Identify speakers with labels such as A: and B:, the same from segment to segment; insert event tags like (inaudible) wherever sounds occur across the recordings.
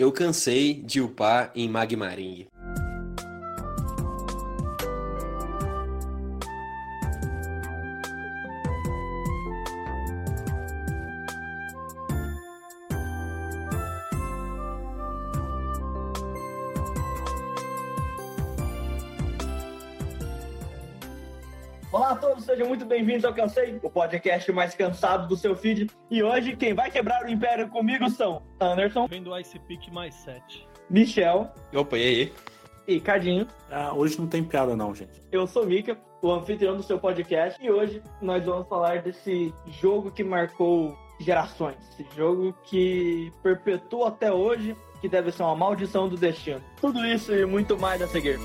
A: Eu cansei de upar em Magmaring.
B: Olá a todos, sejam muito bem-vindos ao Cansei, o podcast mais cansado do seu feed. E hoje, quem vai quebrar o império comigo são Anderson,
C: Vem do Ice Pick mais 7.
B: Michel
A: Opa, e aí?
B: e Cadinho.
D: Ah, hoje não tem piada não, gente.
B: Eu sou o Mika, o anfitrião do seu podcast. E hoje nós vamos falar desse jogo que marcou gerações. Esse jogo que perpetua até hoje, que deve ser uma maldição do destino. Tudo isso e muito mais a seguir.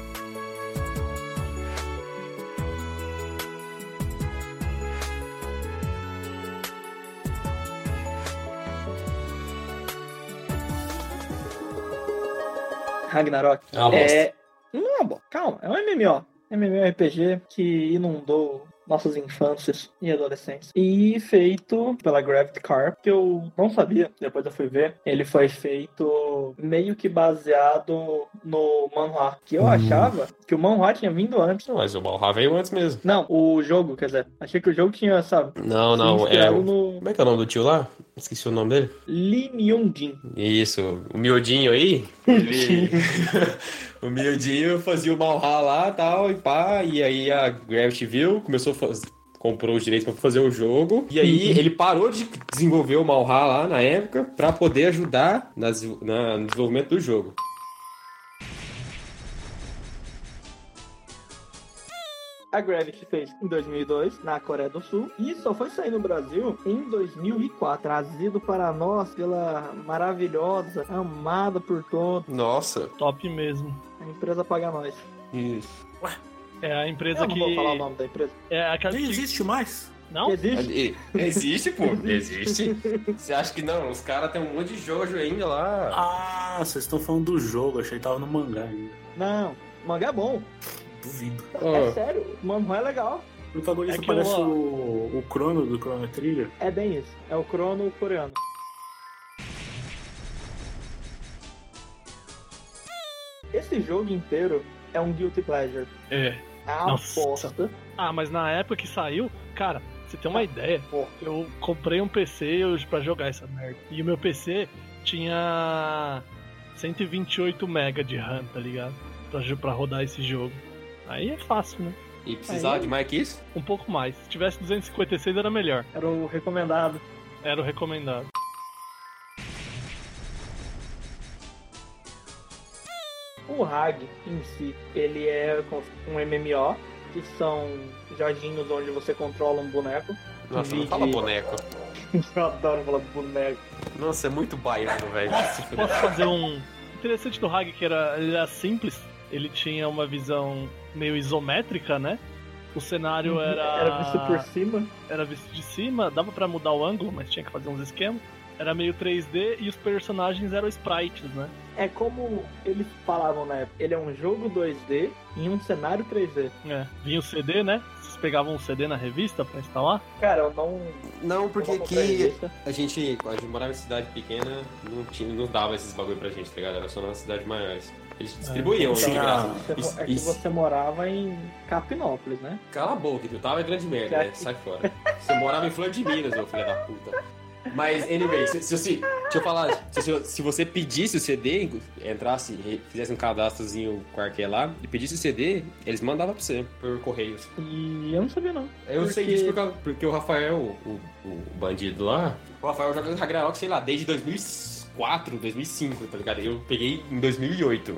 B: Ragnarok.
A: É uma bosta.
B: É. Não é bom. Calma, é um MMO. MMORPG que inundou nossas infâncias e adolescência. E feito pela Gravity Car, que eu não sabia, depois eu fui ver. Ele foi feito meio que baseado no manhwa, que eu
D: Hum.
B: achava que o manhwa tinha vindo antes.
A: Não, mas o Malha veio antes mesmo.
B: Não, o jogo, quer dizer, achei que o jogo tinha, sabe,
A: Não,
B: se
A: não, é.
B: inspirado
A: o-
B: no
A: Como é que é o nome do tio lá? Esqueci o nome dele.
B: Lee Myung-jin.
A: Isso, o miudinho aí. (laughs) Ele... o miudinho fazia o Malha lá tal, e pá. E aí a Gravity viu, começou a fazer. Comprou os direitos pra fazer o jogo. E aí
B: Uhum.
A: ele parou de desenvolver o Malha lá na época pra poder ajudar nas- na- no desenvolvimento do jogo.
B: A Gravity fez em 2002 na Coreia do Sul e só foi sair no Brasil em 2004, trazido para nós pela maravilhosa, amada por todos,
A: Nossa.
C: Top mesmo.
B: a empresa Paga Nós.
A: Isso.
C: É a empresa
B: Eu não
C: que.
B: vou falar o nome da empresa.
C: É aquela
D: Nem
C: que.
D: existe mais.
C: Não?
B: Existe?
A: É Existe, pô. Existe. Você acha que não? Os caras têm um monte de Jojo ainda lá.
D: Ah, vocês estão falando do jogo, achei que tava no mangá ainda.
B: Não. O mangá é bom.
D: Duvido.
A: Ah.
B: É sério. O mangá é legal.
D: O protagonista
C: É que
D: parece
C: eu-
D: o, o Crono do Chrono Trigger.
B: É bem isso. É o crono coreano. Esse jogo inteiro é um guilty pleasure.
C: É.
B: É uma
C: Nossa.
B: bosta.
C: Ah, mas na época que saiu, cara, você
B: Ah,
C: tem uma ideia.
B: Porra.
C: Eu comprei um PC hoje pra jogar essa merda. E o meu PC tinha 128 MB de RAM, tá ligado? Pra, jo- pra rodar esse jogo. Aí é fácil, né?
A: E precisava
B: Aí.
A: de mais que isso?
C: Um pouco mais. Se tivesse 256 era melhor.
B: Era o recomendado.
C: Era o recomendado.
B: O RAG em si, ele é um MMO, que são joguinhos onde você controla um boneco.
A: Nossa, não
B: Vi
A: fala
B: que-
A: boneco.
B: (laughs) Eu adoro falar boneco.
A: Nossa, é muito baiano, velho. Se fuder.
C: Posso fazer um. O interessante do Hag que era, ele era simples, ele tinha uma visão meio isométrica, né? O cenário era.
B: Uhum. Era visto por cima.
C: era visto de cima, dava pra mudar o ângulo, mas tinha que fazer uns esquemas. Era meio 3D e os personagens eram sprites, né?
B: É como eles falavam na época. Ele é um jogo 2D em um cenário 3D.
C: É. Vinha o CD, né? Vocês pegavam um CD na revista pra instalar.
B: Cara, eu não...
A: Não, porque
B: eu não comprei
A: aqui
B: revista.
A: a gente, a gente morava em cidade pequena, não, tinha, não dava esses bagulho pra gente, tá ligado? Era só nas cidades maiores. Eles distribuíam, né?
D: Tinha-
A: de graça.
B: Você mo-
A: Isso-
B: é que
A: isso-
B: você morava em Capinópolis, né?
A: Cala a boca, tu tava em grande merda, né? Sai fora. Você morava em Flor de Minas, meu filho da puta. Mas, anyway, se, se, se, deixa eu falar, se, se- se você pedisse o CD, entrasse, re- fizesse um cadastrozinho qualquer lá, e pedisse o CD, eles mandavam pra você, por correios.
B: E eu não sabia, não.
A: Eu
B: Porque-
A: sei disso por causa- porque o Rafael, o, o bandido lá, o Rafael joga Ragnarok, sei lá, desde 2004, 2005, tá ligado? Eu peguei em 2008.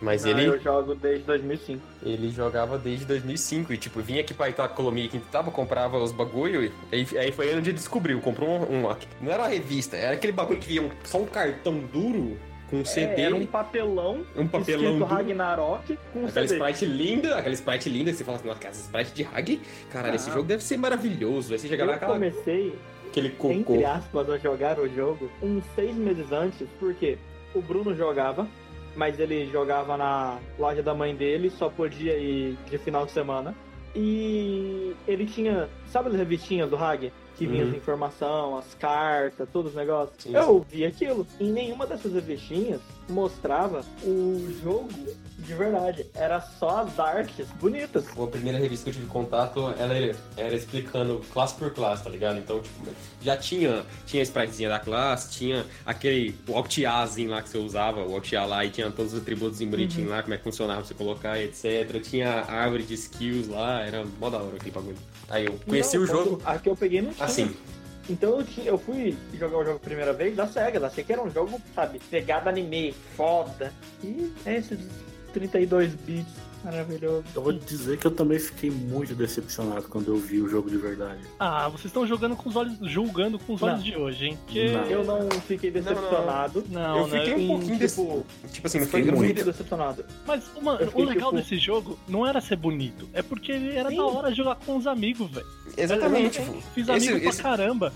A: Mas
B: Ah,
A: ele...
B: Eu jogo desde 2005.
A: Ele jogava desde 2005 e, tipo, vinha aqui pra Itacolomi, que tava, comprava os bagulho e aí, aí foi onde ele descobriu, comprou um, um- Não era uma revista, era aquele bagulho que vinha um- só um cartão duro com um CD,
B: Era um
A: um,
B: papelão
A: papelão
B: escrito um
A: duro.
B: Ragnarok com
A: Aquela
B: CD.
A: sprite linda, aquela sprite linda, que você fala assim, nossa, essa sprite de Hag, caralho, esse
B: Ah.
A: jogo deve ser maravilhoso. Aí você chega lá,
B: Eu
A: aquela,
B: comecei,
A: aquele cocô.
B: entre aspas, a jogar o jogo uns seis meses antes, porque o Bruno jogava, mas ele jogava na loja da mãe dele, só podia ir de final de semana. E ele tinha. Sabe as revistinhas do Hag? que vinha
A: Uhum.
B: as informação, as cartas, todos os negócios.
A: Sim,
B: Eu vi aquilo. Em nenhuma dessas revistinhas mostrava o jogo de verdade. Era só as artes bonitas.
A: A primeira revista que eu tive contato, ela era explicando classe por classe, tá ligado? Então, tipo, já tinha, tinha a spritezinha da classe, tinha aquele o alt Azinho lá que você usava, o alt A lá, e tinha todos os atributos bonitinhos lá, como é que funcionava pra você colocar, e etc. Tinha a árvore de skills lá, era mó da hora aquele bagulho. Aí eu conheci
B: Não,
A: o jogo,
B: A que eu peguei não tinha.
A: assim,
B: Então eu, tinha- eu fui jogar o jogo a primeira vez da SEGA, da SEGA era um jogo, sabe, pegada anime, foda. E é esses 32 bits maravilhoso.
D: Eu vou dizer que eu também fiquei muito decepcionado quando eu vi o jogo de verdade.
C: Ah, vocês estão jogando com os olhos. julgando com os
B: Não.
C: olhos de hoje, hein? Que.
D: Não.
B: Eu não fiquei decepcionado.
C: Não,
A: eu
C: né?
A: fiquei um pouquinho desse.
B: tipo,
A: Tipo assim, não foi
D: Fiquei
B: muito,
A: grande.
B: decepcionado.
C: Mas, mano,
B: Eu
C: o
B: fiquei,
C: legal
B: tipo-
C: desse jogo não era ser bonito. É porque era
B: Sim.
C: da hora jogar com os amigos, velho.
A: Exatamente,
C: Eu-
A: tipo,
C: Fiz
A: Esse-
C: amigo
A: esse-
C: pra caramba.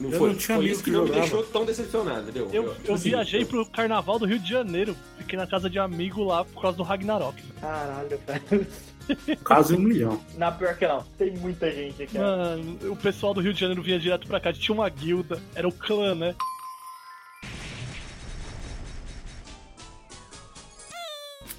A: não
D: eu
A: foi,
D: não tinha
A: foi
D: amigo
A: isso
D: que
A: que não me
D: jogava.
A: deixou tão decepcionado, entendeu?
C: Eu, eu
A: assim,
C: viajei pro carnaval do Rio de Janeiro. Fiquei na casa de amigo lá por causa do Ragnarok. velho.
B: Caralho, velho.
D: Quase um milhão.
B: Na pior que não, tem muita gente aqui. ó.
C: Mano, o pessoal do Rio de Janeiro vinha direto pra cá. Tinha uma guilda. Era o clã, né?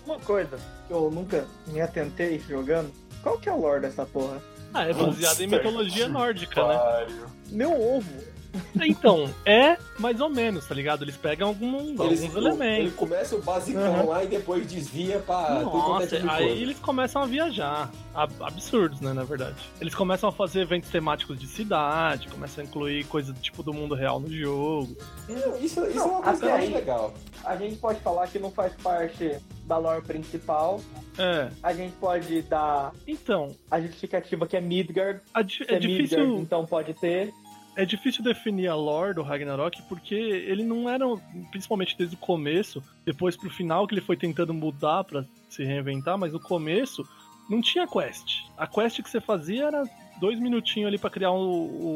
B: Uma coisa que eu nunca me atentei jogando, qual que é o lore dessa porra?
C: Ah, é baseado em
D: Puta
C: mitologia
D: que
C: nórdica, né?
B: Meu ovo.
C: Então, é mais ou menos, tá ligado? Eles pegam algum-
A: Eles-
C: alguns
A: Ele
C: elementos.
A: começa o basicão lá e depois desvia pra tudo quanto é
C: Nossa,
A: tipo de coisa.
C: aí eles começam a viajar. Ab- Absurdos, né, na verdade. Eles começam a fazer eventos temáticos de cidade, começam a incluir coisa do tipo do mundo real no jogo.
A: Isso, isso é
B: Não,
A: uma coisa que eu
B: até
A: acho
B: aí.
A: legal.
B: A gente pode falar que não faz parte da lore principal.
C: É.
B: A gente pode dar
C: Então,
B: a justificativa que é Midgard.
C: a di-
B: Se
C: é
B: é Midgard,
C: difícil,
B: então pode ter.
C: é difícil definir a lore do Ragnarok porque ele não era, um, principalmente desde o começo, depois pro final que ele foi tentando mudar pra se reinventar, mas no começo não tinha quest. A quest que você fazia era dois minutinhos ali pra criar o, o,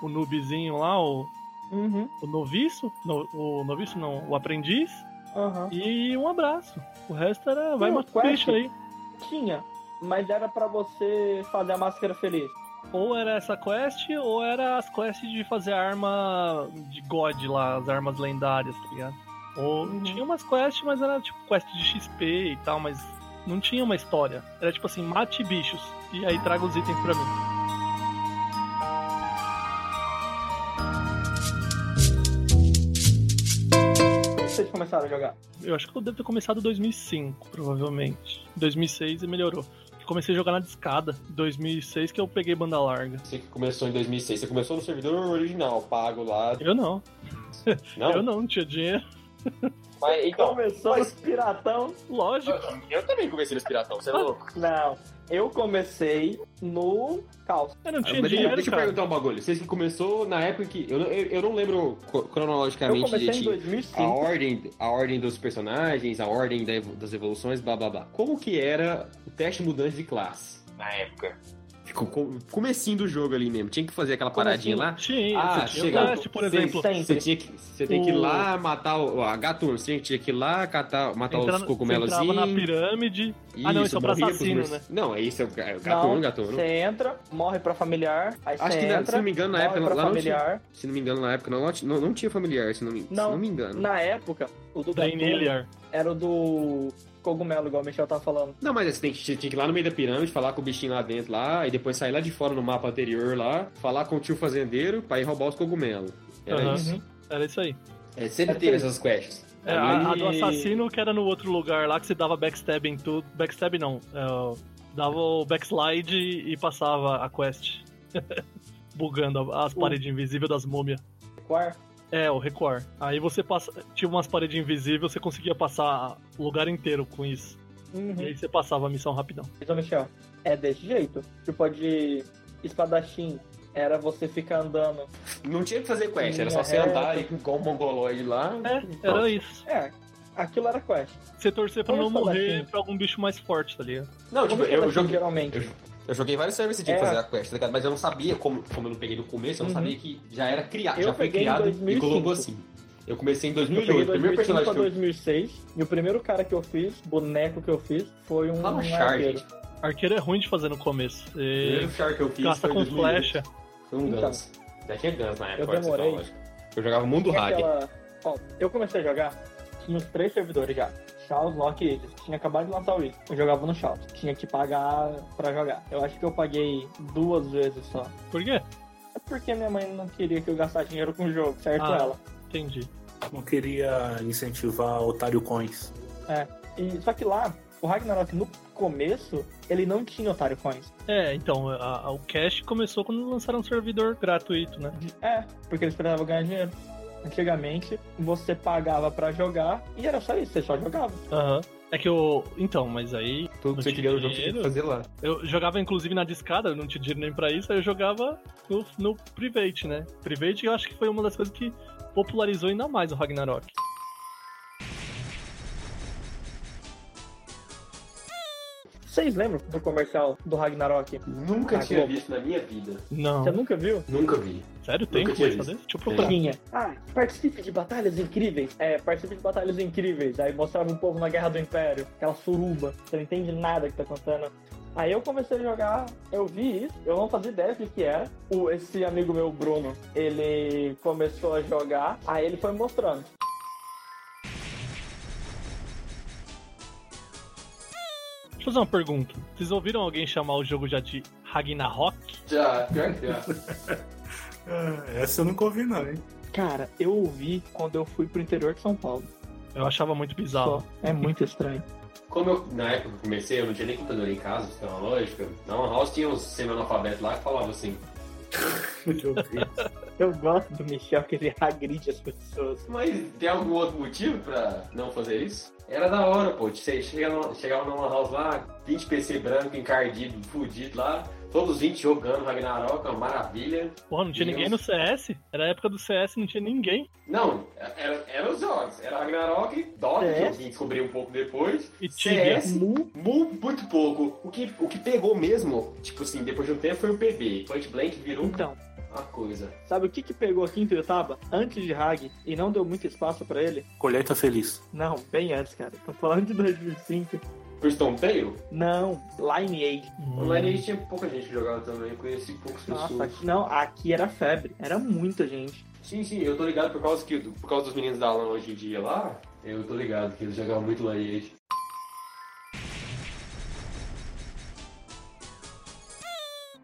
C: o, o noobzinho lá, o,
B: Uhum.
C: o noviço, no- o noviço não, o aprendiz,
B: Aham.
C: e um abraço. O resto era vai
B: Não,
C: matar o
B: quest.
C: bicho aí.
B: Tinha, mas era pra você fazer a máscara feliz.
C: Ou era essa quest, ou era as quests de fazer arma de God lá, as armas lendárias, tá ligado? Ou
B: Uhum.
C: tinha umas quests, mas era tipo quest de XP e tal, mas não tinha uma história. Era tipo assim, mate bichos, e aí traga os itens pra mim.
B: Vocês começaram a jogar.
C: Eu acho que eu devo ter começado em 2005, provavelmente. 2006 e melhorou. Eu comecei a jogar na discada, 2006 que eu peguei banda larga.
A: Você que começou em 2006, você começou no servidor original, pago lá.
C: Eu não.
A: Não,
C: Eu não, não tinha dinheiro. (laughs)
A: Mas, então,
B: Começou
A: mas-
B: os piratão?
C: Lógico.
A: eu também comecei no Piratão,
C: Ah,
A: você é louco?
B: Não. Eu comecei no calço.
C: Eu não tinha
A: Ah, Mas deixa,
C: dinheiro,
A: deixa eu
C: cara.
A: perguntar um bagulho. Vocês que começou na época que. Eu, não- eu, eu não lembro co-
B: Eu
A: cronologicamente
B: comecei em
A: direitinho.
B: 2005.
A: A ordem, a ordem dos personagens, a ordem da evo- das evoluções, blá blá blá. Como que era o teste mudante de classe? Na época. Ficou co- comecinho do jogo ali mesmo. Tinha que fazer aquela paradinha lá.
C: Tinha,
A: Ah,
C: você tinha
A: chega.
C: o teste, por
A: Sim,
C: exemplo.
B: assim? Sempre.
A: Você tinha que, você tem que ir
C: O-
A: lá matar o, a Gaturno, você tinha que ir lá catar, matar
C: Entra-
A: os
C: você
A: cogumelos.
C: entrava na pirâmide. Ah, não, isso é pra assassino, né?
A: Não, é isso, é o Ga- é o
B: Não,
A: Gaturno, Gaturno.
B: você entra, morre pra familiar, aí
A: Acho
B: você
A: que, na-
B: entra,
A: se não me engano, na
B: morre
A: época
B: pra
A: lá não tinha,
B: familiar.
A: se não me engano, na época não, não, não tinha familiar, se não, me- se
B: Não,
A: não me engano.
B: Na época, o do
C: Da
B: Gatum
C: Iniliar.
B: era o do cogumelo, igual o Michel tava falando.
A: Não, mas você tem que, você tinha que ir lá no meio da pirâmide, falar com o bichinho lá dentro lá, e depois sair lá de fora no mapa anterior lá, falar com o tio fazendeiro pra ir roubar os cogumelos. Era
C: Aham.
A: isso.
C: Era isso aí.
A: É, sempre
B: Era
A: teve
B: isso.
A: essas quests.
C: É, a, a
A: Aí-
C: do assassino que era no outro lugar lá, que você dava backstab em tudo. Backstab não. é, ó, dava o backslide e, e passava a quest. (laughs) Bugando a- as
B: O-
C: paredes invisíveis das múmias.
B: Uhum. Quar-
C: É, o recuar. Aí você passa, tinha umas paredes invisíveis, você conseguia passar o lugar inteiro com isso. E
B: Uhum.
C: aí você passava a missão rapidão.
B: Então, Michel, é desse jeito. Tipo, a de espadachim era você ficar andando.
A: Não tinha que fazer quest, era só
B: É.
A: você andar e igual um mongoloide lá.
C: É, era isso.
B: É, aquilo era quest.
C: Você torcer pra
B: Como
C: não
B: eu falei
C: morrer
B: assim.
C: pra algum bicho mais forte, tá ligado?
A: Não, tipo,
B: Como
A: eu,
B: espadachim,
A: joguei,
B: geralmente.
A: eu joguei vários servers que tinha que
B: É.
A: fazer a quest, tá ligado? Mas eu não sabia, como, como eu não peguei no começo, eu não
B: Uhum.
A: sabia que já era criado,
B: Eu
A: já foi
B: peguei em
A: criado e
B: 2005.
A: colocou assim. Eu comecei em
B: Eu
A: 2008,
B: peguei
A: o primeiro
B: 2005
A: personagem
B: pra
A: que eu...
B: 2006 e o primeiro cara que eu fiz, boneco que eu fiz, foi um
A: Fala Char,
B: arqueiro.
A: gente. O
C: Arqueiro é ruim de fazer no começo. Você
A: primeiro char que eu fiz
C: gasta
A: foi em
C: tá com
A: 2008.
C: flecha.
A: Foi um
B: Então.
A: Guns. Daqui é Guns na época,
B: Eu
A: agora você
B: demorei.
A: fala, lógico. Eu jogava Mundo
B: Tinha
A: Hack.
B: É aquela- Ó, eu comecei a jogar, tinha os três servidores já. Charles, Loki e Aegis. Tinha acabado de lançar o Aegis. Eu jogava no Charles. Tinha que pagar pra jogar. Eu acho que eu paguei duas vezes só.
C: Por quê?
B: É porque minha mãe não queria que eu gastasse dinheiro com o jogo, certo
C: Ah.
B: ela?
C: Entendi.
D: Não queria incentivar Otário Coins.
B: E, só que lá, o Ragnarok no começo, ele não tinha Otário Coins.
C: É, então, a- a- o cash começou quando lançaram um servidor gratuito, né?
B: É, porque eles precisavam ganhar dinheiro. Antigamente, você pagava pra jogar e era só isso, você só jogava.
C: Aham. É que eu. Então, mas aí.
A: Tudo que você queria no jogo, você tinha que
C: Dinheiro?
A: fazer lá.
C: Eu jogava inclusive na discada, eu não tinha dinheiro nem pra isso, aí eu jogava no, no Private, né? Private eu acho que foi uma das coisas que popularizou ainda mais o Ragnarok.
B: Vocês lembram do comercial do Ragnarok?
A: Nunca
B: Ah,
A: tinha
B: Globo.
A: visto na minha vida.
C: Não.
B: Você nunca viu?
A: Nunca vi.
C: Sério, tem
A: Nunca
C: coisa
A: tinha
C: desse? Deixa
A: Tem.
C: eu procurar.
B: Linha. Ah, participe de batalhas incríveis. É, participe de batalhas incríveis. Aí mostrava um povo na Guerra do Império, aquela suruba. Você não entende nada que tá acontecendo. Aí eu comecei a jogar, eu vi isso, eu não fazia ideia do que era. O, esse amigo meu, Bruno, ele começou a jogar, aí ele foi mostrando.
C: Deixa eu fazer uma pergunta. Vocês ouviram alguém chamar o jogo já de Ragnarok?
A: Já, pior que já.
D: É, essa eu nunca ouvi, não, hein? (laughs)
B: Cara, eu ouvi quando eu fui pro interior de São Paulo.
C: Eu achava muito bizarro.
B: Só. É muito estranho.
A: Como eu, na época que eu comecei, eu não tinha nem computador em casa, isso era uma lógica. Na One House tinha uns semi-analfabetos lá que falavam assim,
D: Nunca ouvi.
B: Eu gosto do Michel que ele (laughs) agride as pessoas.
A: mas tem algum outro motivo pra não fazer isso? Era da hora, pô. Você chega no- chegava na One House lá, 20 PC branco, encardido, fudido lá, todos 20 jogando Ragnarok, uma maravilha.
C: Porra, não tinha
A: Deus.
C: ninguém no CS? Era a época do CS, não tinha ninguém.
A: Não, era, era os jogos. Era Ragnarok, Dota, que eu
B: É.
A: vim descobrir um pouco depois.
C: E Tibia.
A: CS, Mu- muito pouco. O que, o que pegou mesmo, tipo assim, depois de um tempo foi o PB. Point Blank virou
B: Então,
A: uma coisa.
B: Sabe o que que pegou aqui em Tuiutaba antes de Hag e não deu muito espaço pra ele?
D: Colheita Feliz.
B: Não, bem antes, cara. Tô falando de 2005.
A: Crystal
B: Hum.
A: Tale?
B: Não, Lineage.
A: Online tinha pouca gente que jogava também, conheci poucas
B: Nossa,
A: pessoas.
B: aqui, não, aqui era febre. Era muita gente.
A: Sim, sim, eu tô ligado por causa, que, por causa dos meninos da Alan hoje em dia lá. Eu tô ligado que eles jogavam muito Lineage.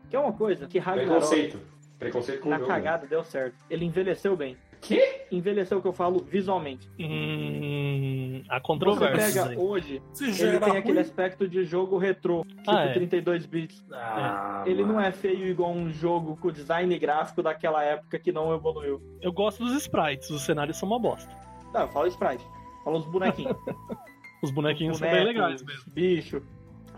B: Que é uma coisa que Ragnarok,
A: Preconceito. Preconceito com o
B: na
A: jogo.
B: cagada, deu certo. Ele envelheceu bem.
A: né? Quê?
B: Envelheceu o que eu falo visualmente.
C: Hum, há
B: Você
C: controvérsias
B: pega
C: aí.
B: hoje,
D: Você
B: ele tem aquele aspecto de jogo retrô, tipo
C: né? Ah, é.
B: 32 bits.
D: Ah,
B: Ele não é feio igual um jogo com design gráfico daquela época que não evoluiu.
C: Eu gosto dos sprites, os cenários são uma bosta.
B: Não, eu falo sprite. Fala os bonequinhos.
C: (laughs) Os bonequinhos são bem
B: bonecos,
C: legais mesmo.
B: Bicho,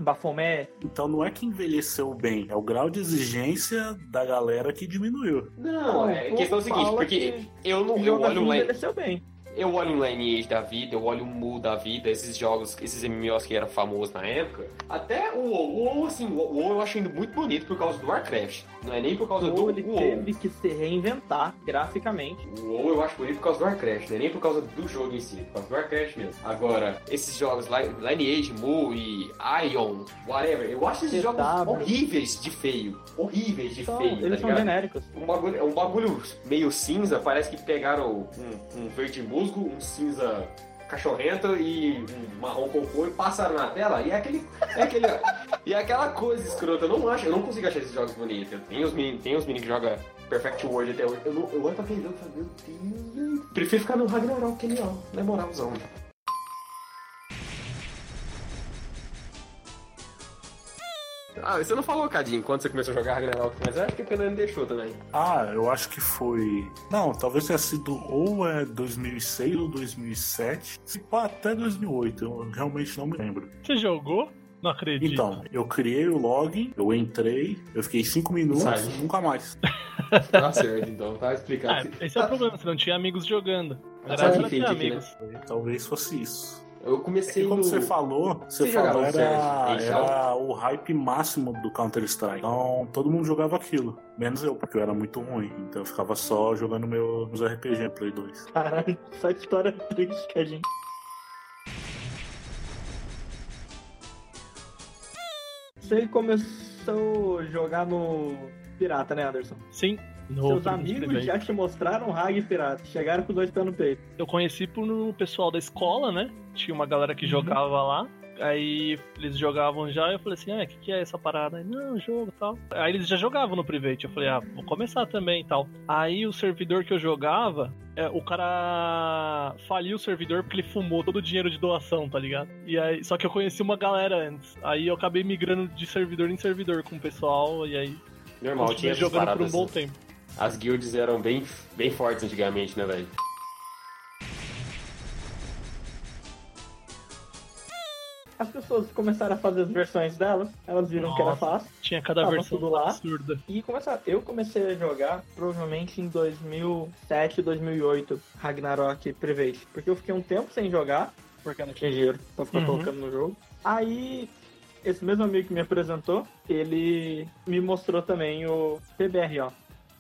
B: Bafomé.
D: Então não é que envelheceu bem, é o grau de exigência da galera que diminuiu.
A: Não, é
B: Pô,
A: questão é o seguinte,
B: fala
A: porque eu não eu
B: que
A: olho
B: jogador
A: o Lineage.
B: envelheceu assim bem.
A: Eu olho um Lineage da vida, eu olho um Mu da vida, esses jogos, esses MMOs que era famoso na época. Até o WoW, assim, o WoW eu acho ainda muito bonito por causa do Warcraft. Não é nem por causa do
B: Ou ele
A: WoW.
B: teve que se reinventar graficamente.
A: O WoW eu acho bonito por causa do Warcraft, não é nem por causa do jogo em si, por causa do Warcraft mesmo. Agora, esses jogos, Li- Lineage, Mu e Ion, whatever, eu acho esses jogos
B: CW.
A: horríveis de feio. Horríveis de
B: Então,
A: feio, tá
B: tá, eles são
A: ligado?
B: genéricos.
A: Um bagulho, um bagulho meio cinza, parece que pegaram um, um verde musgo, um cinza cachorrento e um marrom cocô e passaram na tela. E é aquele. É aquele e é aquela coisa escrota. Eu não acho, eu não consigo achar esses jogos bonitos. Eu tenho os meninos tem os meninos que jogam Perfect World até hoje. Eu, não, eu olho pra aquele jogo e falo, meu Deus, velho. Prefiro ficar no Ragnarok que ele não, na moralzão. Ah, você não falou, Cadinho, quando você começou a jogar Ragnarok, mas acho que o Canan deixou também.
D: Ah, eu acho que foi. Não, talvez tenha sido ou é 2006 ou 2007, se pá até 2008, eu realmente não me lembro.
C: Você jogou? Não acredito.
D: Então, eu criei o login, eu entrei, eu fiquei 5 minutos,
A: Sai.
D: nunca mais.
A: Tá certo, então, tá
C: Ah,
A: explicado.
C: esse é o problema, você não tinha amigos jogando. Era
A: Sabe
C: pra
A: que
C: ter
A: fake,
C: amigos.
D: Talvez fosse isso.
A: Eu comecei
D: E
C: é
D: como
A: no-
D: você falou, você
A: Vocês
D: falou
A: jogavam
D: era,
A: Sérgio?
D: era o hype máximo do Counter-Strike. Então todo mundo jogava aquilo. Menos eu, porque eu era muito ruim. Então eu ficava só jogando meu, meus RPG no Play 2.
B: Caralho, (laughs) só que história triste que a gente. Você começou a jogar no pirata, né, Anderson?
C: Sim. No
B: Seus
C: Primo
B: amigos
C: Presente.
B: já te mostraram Hag pirata. Chegaram com os dois pés no peito.
C: Eu conheci por um pessoal da escola, né? Tinha uma galera
B: Uhum.
C: que jogava lá. Aí eles jogavam já, eu falei assim, ah, o que, que é essa parada? Aí, não, jogo e tal. Aí eles já jogavam no Private, eu falei, ah, vou começar também e tal. Aí o servidor que eu jogava, é, o cara faliu o servidor porque ele fumou todo o dinheiro de doação, tá ligado? E aí, só que eu conheci uma galera antes. Aí eu acabei migrando de servidor em servidor com o pessoal, e aí
A: Normal, tinha
C: continuei
A: essas
C: jogando por um
A: paradas.
C: bom
A: né?
C: tempo.
A: As guilds eram bem, bem fortes antigamente, né, velho?
B: As pessoas começaram a fazer as versões dela, elas viram que era
C: Nossa.
B: fácil.
C: Tinha cada
B: Tava
C: versão
B: Ah, tudo lá.
C: absurda.
B: E começar, eu comecei a jogar provavelmente em 2007, 2008, Ragnarok Private, porque eu fiquei um tempo sem jogar, porque eu não tinha dinheiro pra ficar
C: Uhum.
B: colocando no jogo. Aí esse mesmo amigo que me apresentou, ele me mostrou também o PBR, ó.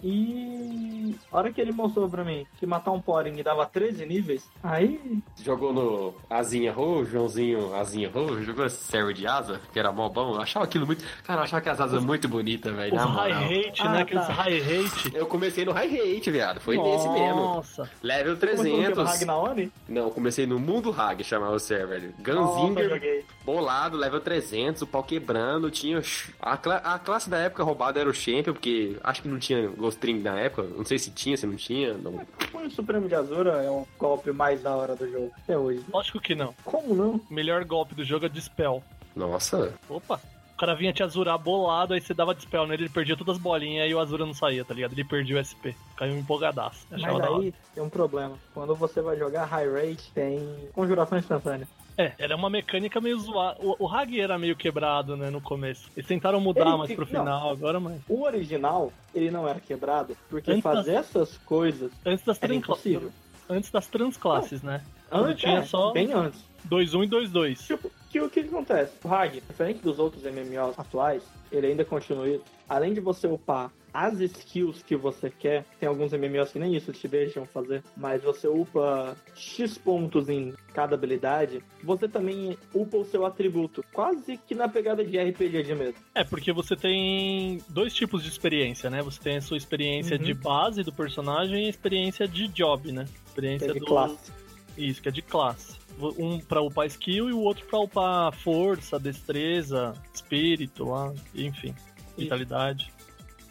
B: E a hora que ele mostrou pra mim que matar um Poring dava 13 níveis, aí
A: Jogou no Azinha Ho, Joãozinho Azinha Ho, jogou esse servo de asa, que era mó bom. Eu achava aquilo muito. Cara, eu achava que as asas muito bonitas, velho.
C: Os
A: Na
C: high
A: moral.
C: rate,
B: Ah,
C: né?
B: tá.
C: Aqueles high rate.
A: Eu comecei no high rate, viado. Foi nesse mesmo.
C: Nossa.
A: Level
B: começou no
A: 300.
B: que, no Ragnaone?
A: Não, comecei no mundo hag, chamava o server.
B: Nossa, eu
A: Ganzinger,
B: joguei.
A: bolado, level 300, o pau quebrando, tinha... A, cla- a classe da época roubada era o Champion, porque acho que não tinha Ghost Ring na época, não sei se tinha, se não tinha, não...
B: Põe o Supremo de Azura é um golpe mais da hora do jogo, até hoje.
C: Lógico que não.
B: Como não?
C: O melhor golpe do jogo é Dispel.
A: Nossa,
C: Opa! O cara vinha te azurar bolado, aí você dava Dispel nele, ele perdia todas as bolinhas e o Azura não saía, tá ligado? Ele perdia o SP. Caiu um empolgadaço. Eu achava
B: Mas
C: da hora.
B: aí tem um problema. Quando você vai jogar high rate, tem conjuração instantânea.
C: É, era uma mecânica meio zoada. O, o Hag era meio quebrado, né, no começo. Eles tentaram mudar
B: Ele
C: mais pro
B: fica- não.
C: final, agora, mas.
B: O original, ele não era quebrado, porque
C: Antes
B: fazer essas coisas
C: Antes das,
B: era
C: tran...
B: impossível.
C: Antes das transclasses, né? Quando
B: Antes,
C: tinha
B: é,
C: só-
B: bem antes.
C: 2-1 e 2-2.
B: Tipo, que o que que acontece? O Hag, diferente dos outros MMOs atuais, ele ainda continua isso. Além de você upar as skills que você quer, tem alguns MMOs que nem isso te deixam fazer, mas você upa X pontos em cada habilidade, você também upa o seu atributo, quase que na pegada de RPG de mesmo.
C: É, porque você tem dois tipos de experiência, né? Você tem a sua experiência
B: Uhum.
C: de base do personagem e a experiência de job, né?
B: que
C: Experiência
B: é de
C: do...
B: classe.
C: Isso, que é de classe. Um pra upar skill e o outro pra upar força, destreza, espírito, lá, enfim, vitalidade.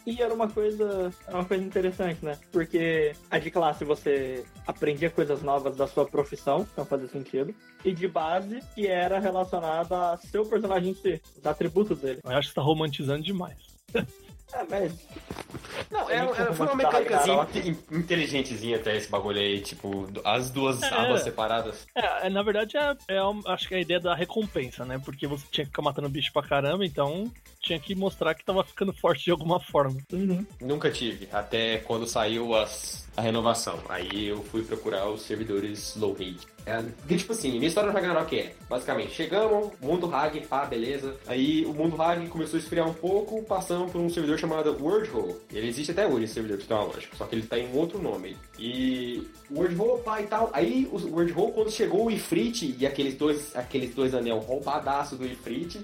B: E era uma coisa, era uma coisa interessante, né? Porque a de classe você aprendia coisas novas da sua profissão, então fazia sentido. E de base, que era relacionada a seu personagem em si, os atributos dele.
C: Eu acho que você tá romantizando demais.
B: É, mas
A: Não,
B: É
A: era,
B: muito
A: era- foi uma
B: romantizado,
A: mecânicazinha
B: cara.
A: in- inteligentezinha até esse bagulho aí, tipo, as duas
C: Era.
A: abas separadas.
C: É, é, na verdade, é, é um- acho que é a ideia da recompensa, né? Porque você tinha que ficar matando bicho pra caramba, então tinha que mostrar que tava ficando forte de alguma forma.
A: Nunca tive, até quando saiu as, a renovação. Aí eu fui procurar os servidores low rate. É, porque, tipo assim, minha história do Ragnarok é, basicamente, chegamos, mundo Hag, pá, beleza. Aí o mundo Hag começou a esfriar um pouco, passamos por um servidor chamado Worldhole. Ele existe até hoje, esse servidor, pra você ter uma lógica, só que ele tá em outro nome. E o Worldhole, pá, e tal. Aí o Worldhole, quando chegou o Ifrit e aqueles dois, aqueles dois anel roubadaço do Ifrit,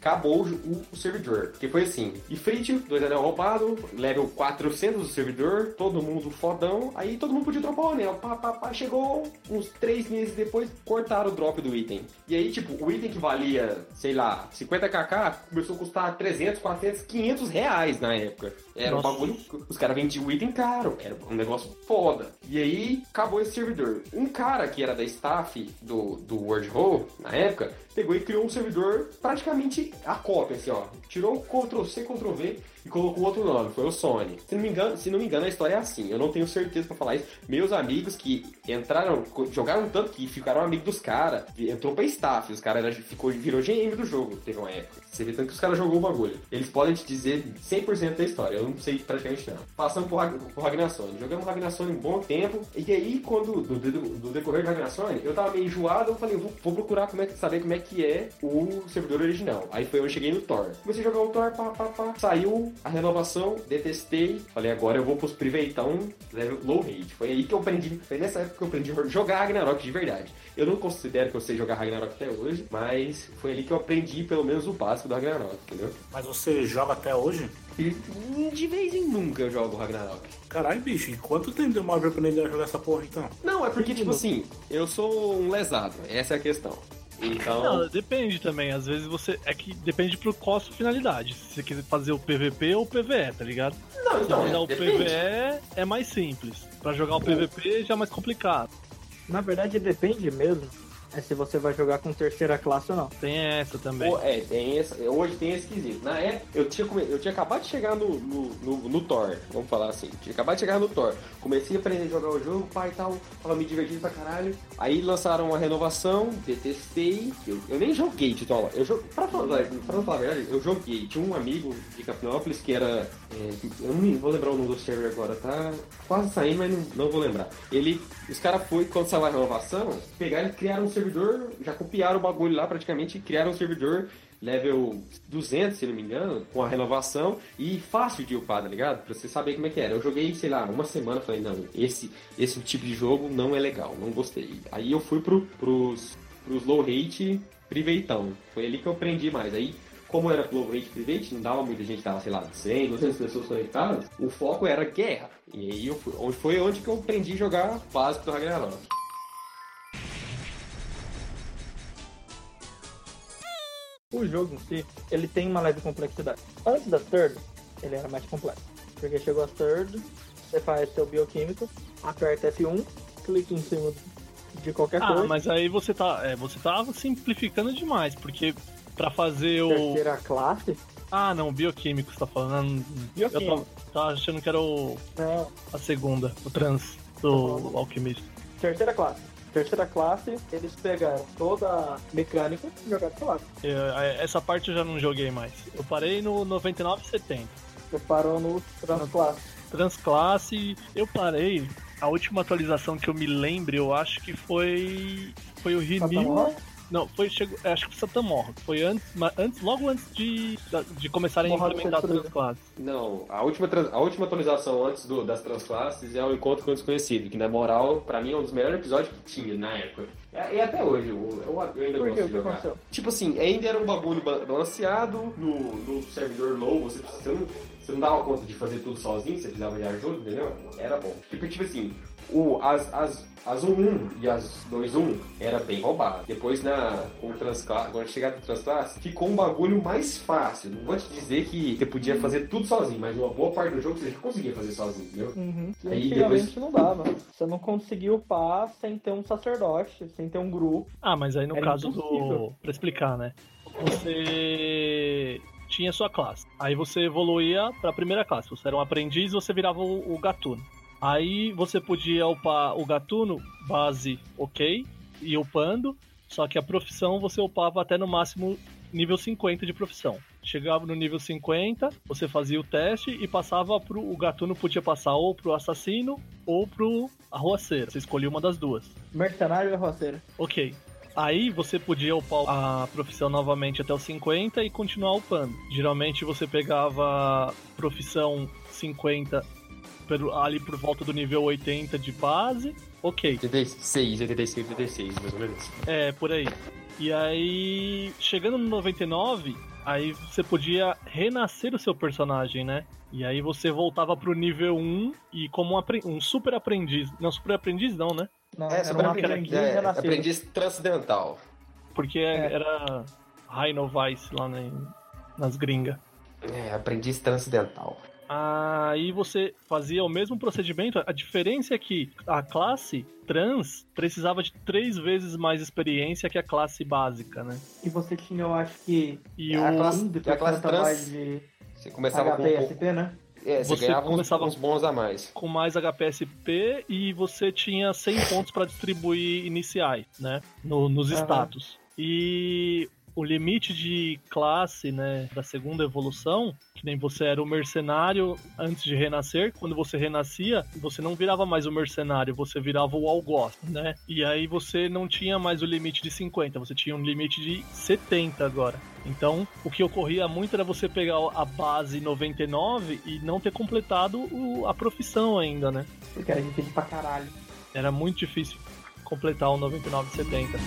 A: acabou o, o servidor. Porque foi assim, Ifrit, dois anel roubado, level 400 do servidor, todo mundo fodão, aí todo mundo podia dropar o anel. Pá, pá, pá, chegou uns três meses depois, cortaram o drop do item. E aí, tipo, o item que valia, sei lá, 50kk, começou a custar 300, 400, 500 reais na época. Era
C: Nossa.
A: um bagulho, os caras vendiam o item caro, era um negócio foda. E aí, acabou esse servidor. Um cara que era da staff do, do World Hall, na época, pegou e criou um servidor praticamente a cópia, assim, ó. Tirou o Ctrl-C, Ctrl-V e colocou outro nome, foi o Sony. Se não me engano, se não me engano a história é assim, eu não tenho certeza pra falar isso. Meus amigos que entraram, co- jogaram tanto que ficaram amigos dos caras, entrou pra staff, os caras era- ficou virou GM do jogo, teve uma época. Você vê tanto que os caras jogou o bagulho. Eles podem te dizer 100% da história, eu não sei praticamente não. Passamos por, Rag- por Ragnarsson, jogamos Ragnarsson um bom tempo, e aí quando, do, do- do decorrer de Ragnarsson, eu tava meio enjoado, eu falei, vou, vou procurar como é, que- saber como é que é o servidor original. Aí foi eu cheguei no Thor. Comecei a jogar o Thor, pá, pá, pá. Saiu a renovação, detestei. Falei, agora eu vou pros priveitão level low rate. Foi aí que eu aprendi, foi nessa época que eu aprendi a jogar Ragnarok de verdade. Eu não considero que eu sei jogar Ragnarok até hoje, mas foi ali que eu aprendi pelo menos o básico do Ragnarok, entendeu?
D: Mas você joga até hoje?
A: E de vez em nunca eu jogo Ragnarok.
D: Caralho, bicho, e quanto tempo demora pra aprender a jogar essa porra então?
A: Não, é porque, tipo assim, eu sou um lesado. Essa é a questão. Então.
C: Não, depende também. Às vezes você. É que depende pro qual a sua finalidade. Se você quiser fazer o PVP ou o PVE, tá ligado?
A: Não, então, é,
C: Pra jogar o
A: depende.
C: PVE é mais simples. Pra jogar o PVP já é mais complicado.
B: Na verdade, depende mesmo. É se você vai jogar com terceira classe ou não.
C: Tem essa também.
A: Pô, é, tem essa, hoje tem esse quesito. Na época, eu tinha, come- eu tinha acabado de chegar no, no, no- no Thor, vamos falar assim. Tinha acabado de chegar no Thor. Comecei a aprender a jogar o jogo, pai e tal. Tava me divertindo pra caralho. Aí lançaram uma renovação, detestei. Eu, eu nem joguei Titola. Eu, jo- pra, falar, pra falar a verdade, eu joguei. Tinha um amigo de Capinópolis que era. é, eu não vou lembrar o nome do server agora, tá? Quase saindo, mas não, não vou lembrar. Ele. Os caras foi, quando saiu a renovação, pegaram e criaram um servidor, já copiaram o bagulho lá praticamente, e criaram um servidor level 200, se não me engano, com a renovação e fácil de upar, tá ligado? Pra você saber como é que era. Eu joguei, sei lá, uma semana, falei, não, esse, esse tipo de jogo não é legal, não gostei. Aí eu fui pro, pros, pros low rate priveitão. Foi ali que eu aprendi mais. Aí, como era low rate private, não dava muita gente, dava, sei lá, 100, 200 pessoas conectadas, o foco era guerra. E aí eu fui, onde- foi onde que eu aprendi a jogar básico do Ragnarok.
B: O jogo em si, ele tem uma leve complexidade. Antes das third, ele era mais complexo. Porque chegou as third, você faz seu bioquímico, aperta F1, clica em cima de qualquer
C: Ah,
B: coisa,
C: mas aí você tá, é, você tá simplificando demais, porque pra fazer o.
B: terceira classe.
C: Ah, não, bioquímico você tá falando. Ah, não, Eu
B: Bioquímico.
C: tava, tava achando que era o,
B: Não,
C: a segunda, o trans
B: Tá
C: do alquimista.
B: terceira classe. Terceira classe, eles pegaram toda a mecânica e jogaram pro lado.
C: Eu- É, essa parte eu já não joguei mais. Eu parei no 99 e 70.
B: Você parou no transclasse.
C: Transclasse, eu parei. A última atualização que eu me lembro, eu acho que foi. Foi o Renew.
B: Satamorra?
C: Não, foi. Chegou, é, acho que foi Satamorra. Foi antes, ma- antes, logo antes de, da- de começarem a
B: Morra
C: implementar
B: destruída.
C: transclasse.
A: Não, a última, trans- a última atualização antes do- das transclasses é o Encontro com o Desconhecido, que na moral, pra mim, é um dos melhores episódios que tinha na época. É- E até hoje, eu, eu- eu ainda
B: Por quê?
A: gosto de
B: O que
A: jogar.
B: aconteceu?
A: Tipo assim, ainda era um bagulho ba- balanceado no, no servidor low, você, você, não, você não dava conta de fazer tudo sozinho, você precisava de ajuda, entendeu? Era bom. Tipo, tipo assim, o, as, as, as 1.1 e as 2.1 era bem roubado. Depois, na, com o transclasse, quando chegada do transclasse, ficou um bagulho mais fácil. Não vou te dizer que você podia fazer tudo sozinho, mas uma boa parte do jogo você já conseguia fazer sozinho, entendeu?
B: Uhum. E
A: Aí
B: antigamente não dava. Você não conseguia upar sem ter um sacerdote, sem ter um grupo.
C: Ah, mas aí no
B: Era
C: caso do.
B: impossível.
C: Pra explicar, né? Você tinha sua classe. Aí você evoluía pra primeira classe. Você era um aprendiz você virava o, o gatuno. Aí você podia upar o gatuno, base ok, e upando. Só que a profissão você upava até no máximo nível 50 de profissão. Chegava no nível 50, você fazia o teste e passava pro. O gatuno podia passar ou pro assassino ou pro arruaceiro. Você escolhia uma das duas.
B: Mercenário e roceiro.
C: Ok. Aí você podia upar a profissão novamente até os 50 e continuar upando. Geralmente você pegava profissão 50 pelo- ali por volta do nível 80 de base. Ok,
A: 86, 86, 86, mais ou menos.
C: é por aí. E aí, chegando no 99, aí você podia renascer o seu personagem, né? E aí você voltava pro nível 1 e como um, apre- um super aprendiz. Não, super aprendiz não, né?
B: Não,
A: É,
B: era
A: super
B: um
A: aprendiz,
B: aprendiz
A: é,
B: renascido.
A: aprendiz transcendental.
C: Porque
B: É.
C: era Rhino Vice lá na- nas gringas.
A: É, aprendiz transcendental.
C: Aí você fazia o mesmo procedimento, a diferença é que a classe trans precisava de três vezes mais experiência que a classe básica, né?
B: E você tinha, eu acho que.
C: E
A: É, A
C: o-
A: classe-
B: 15%
A: a classe trans-
B: mais de
A: Você começava com um pouco-
B: HP, né?
A: É, você,
C: Você
A: ganhava uns-
C: começava-
A: uns bons a mais.
C: com mais HPSP e você tinha 100 pontos para distribuir iniciais, né? No- nos
B: Aham.
C: status. E o limite de classe, né, da segunda evolução, que nem você era o mercenário antes de renascer, quando você renascia, você não virava mais o mercenário, você virava o algoz, né? E aí você não tinha mais o limite de 50, você tinha um limite de 70 agora. Então, o que ocorria muito era você pegar a base 99 e não ter completado o- a profissão ainda, né?
B: Porque era difícil pra caralho.
C: Era muito difícil completar o 9970.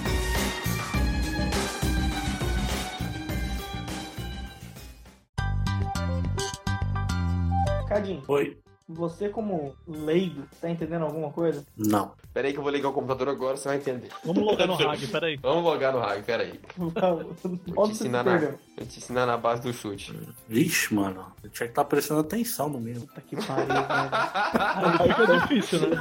B: Cadinho,
D: Oi?
B: você como leigo, tá entendendo alguma coisa? (laughs)
D: Não.
A: Pera aí que eu vou ligar o computador agora, você vai entender.
C: Vamos logar no Hag, peraí.
A: Vamos logar no hack, pera aí. (laughs) Vou te
B: Onde você se
A: ensinar na-
B: perdeu?
A: Vou te ensinar na base do chute.
D: Vixe, mano. Eu tinha que estar prestando atenção no meu.
B: Puta que pariu, velho.
A: (laughs)
C: Aí fica difícil,
B: (laughs)
C: né?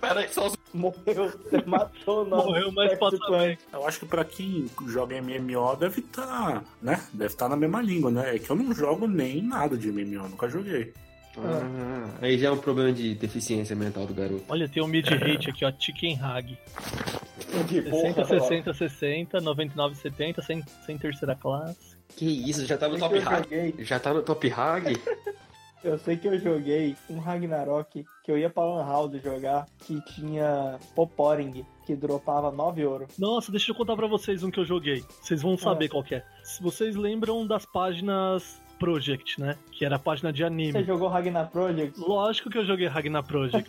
A: Pera aí, só um
B: Morreu, você matou nós.
C: Morreu, mas passa bem.
D: Eu acho que pra quem joga MMO deve estar, né? Deve estar na mesma língua, né? É que eu não jogo nem nada de MMO, nunca joguei.
A: Ah, aí já é um problema de deficiência mental do garoto.
C: Olha, tem o mid hit aqui, ó, Chicken Hag.
B: Que
C: 60, 60, 60, 99, 70, sem, sem terceira classe.
A: Que isso, já tá no
B: Eu
A: top
B: sei que eu
A: hack.
B: joguei,
A: Já tá no top hack?
B: eu sei que eu joguei um Ragnarok que eu ia pra Lan House jogar, que tinha Poporing, que dropava 9 ouro.
C: Nossa, deixa eu contar pra vocês um que eu joguei. Vocês vão saber
B: Ah.
C: qual que é. Se vocês lembram das páginas Project, né? Que era a página de
B: Você
C: anime.
B: jogou Ragnar Project?
C: Lógico que eu joguei Ragnar
B: (laughs)
C: Project.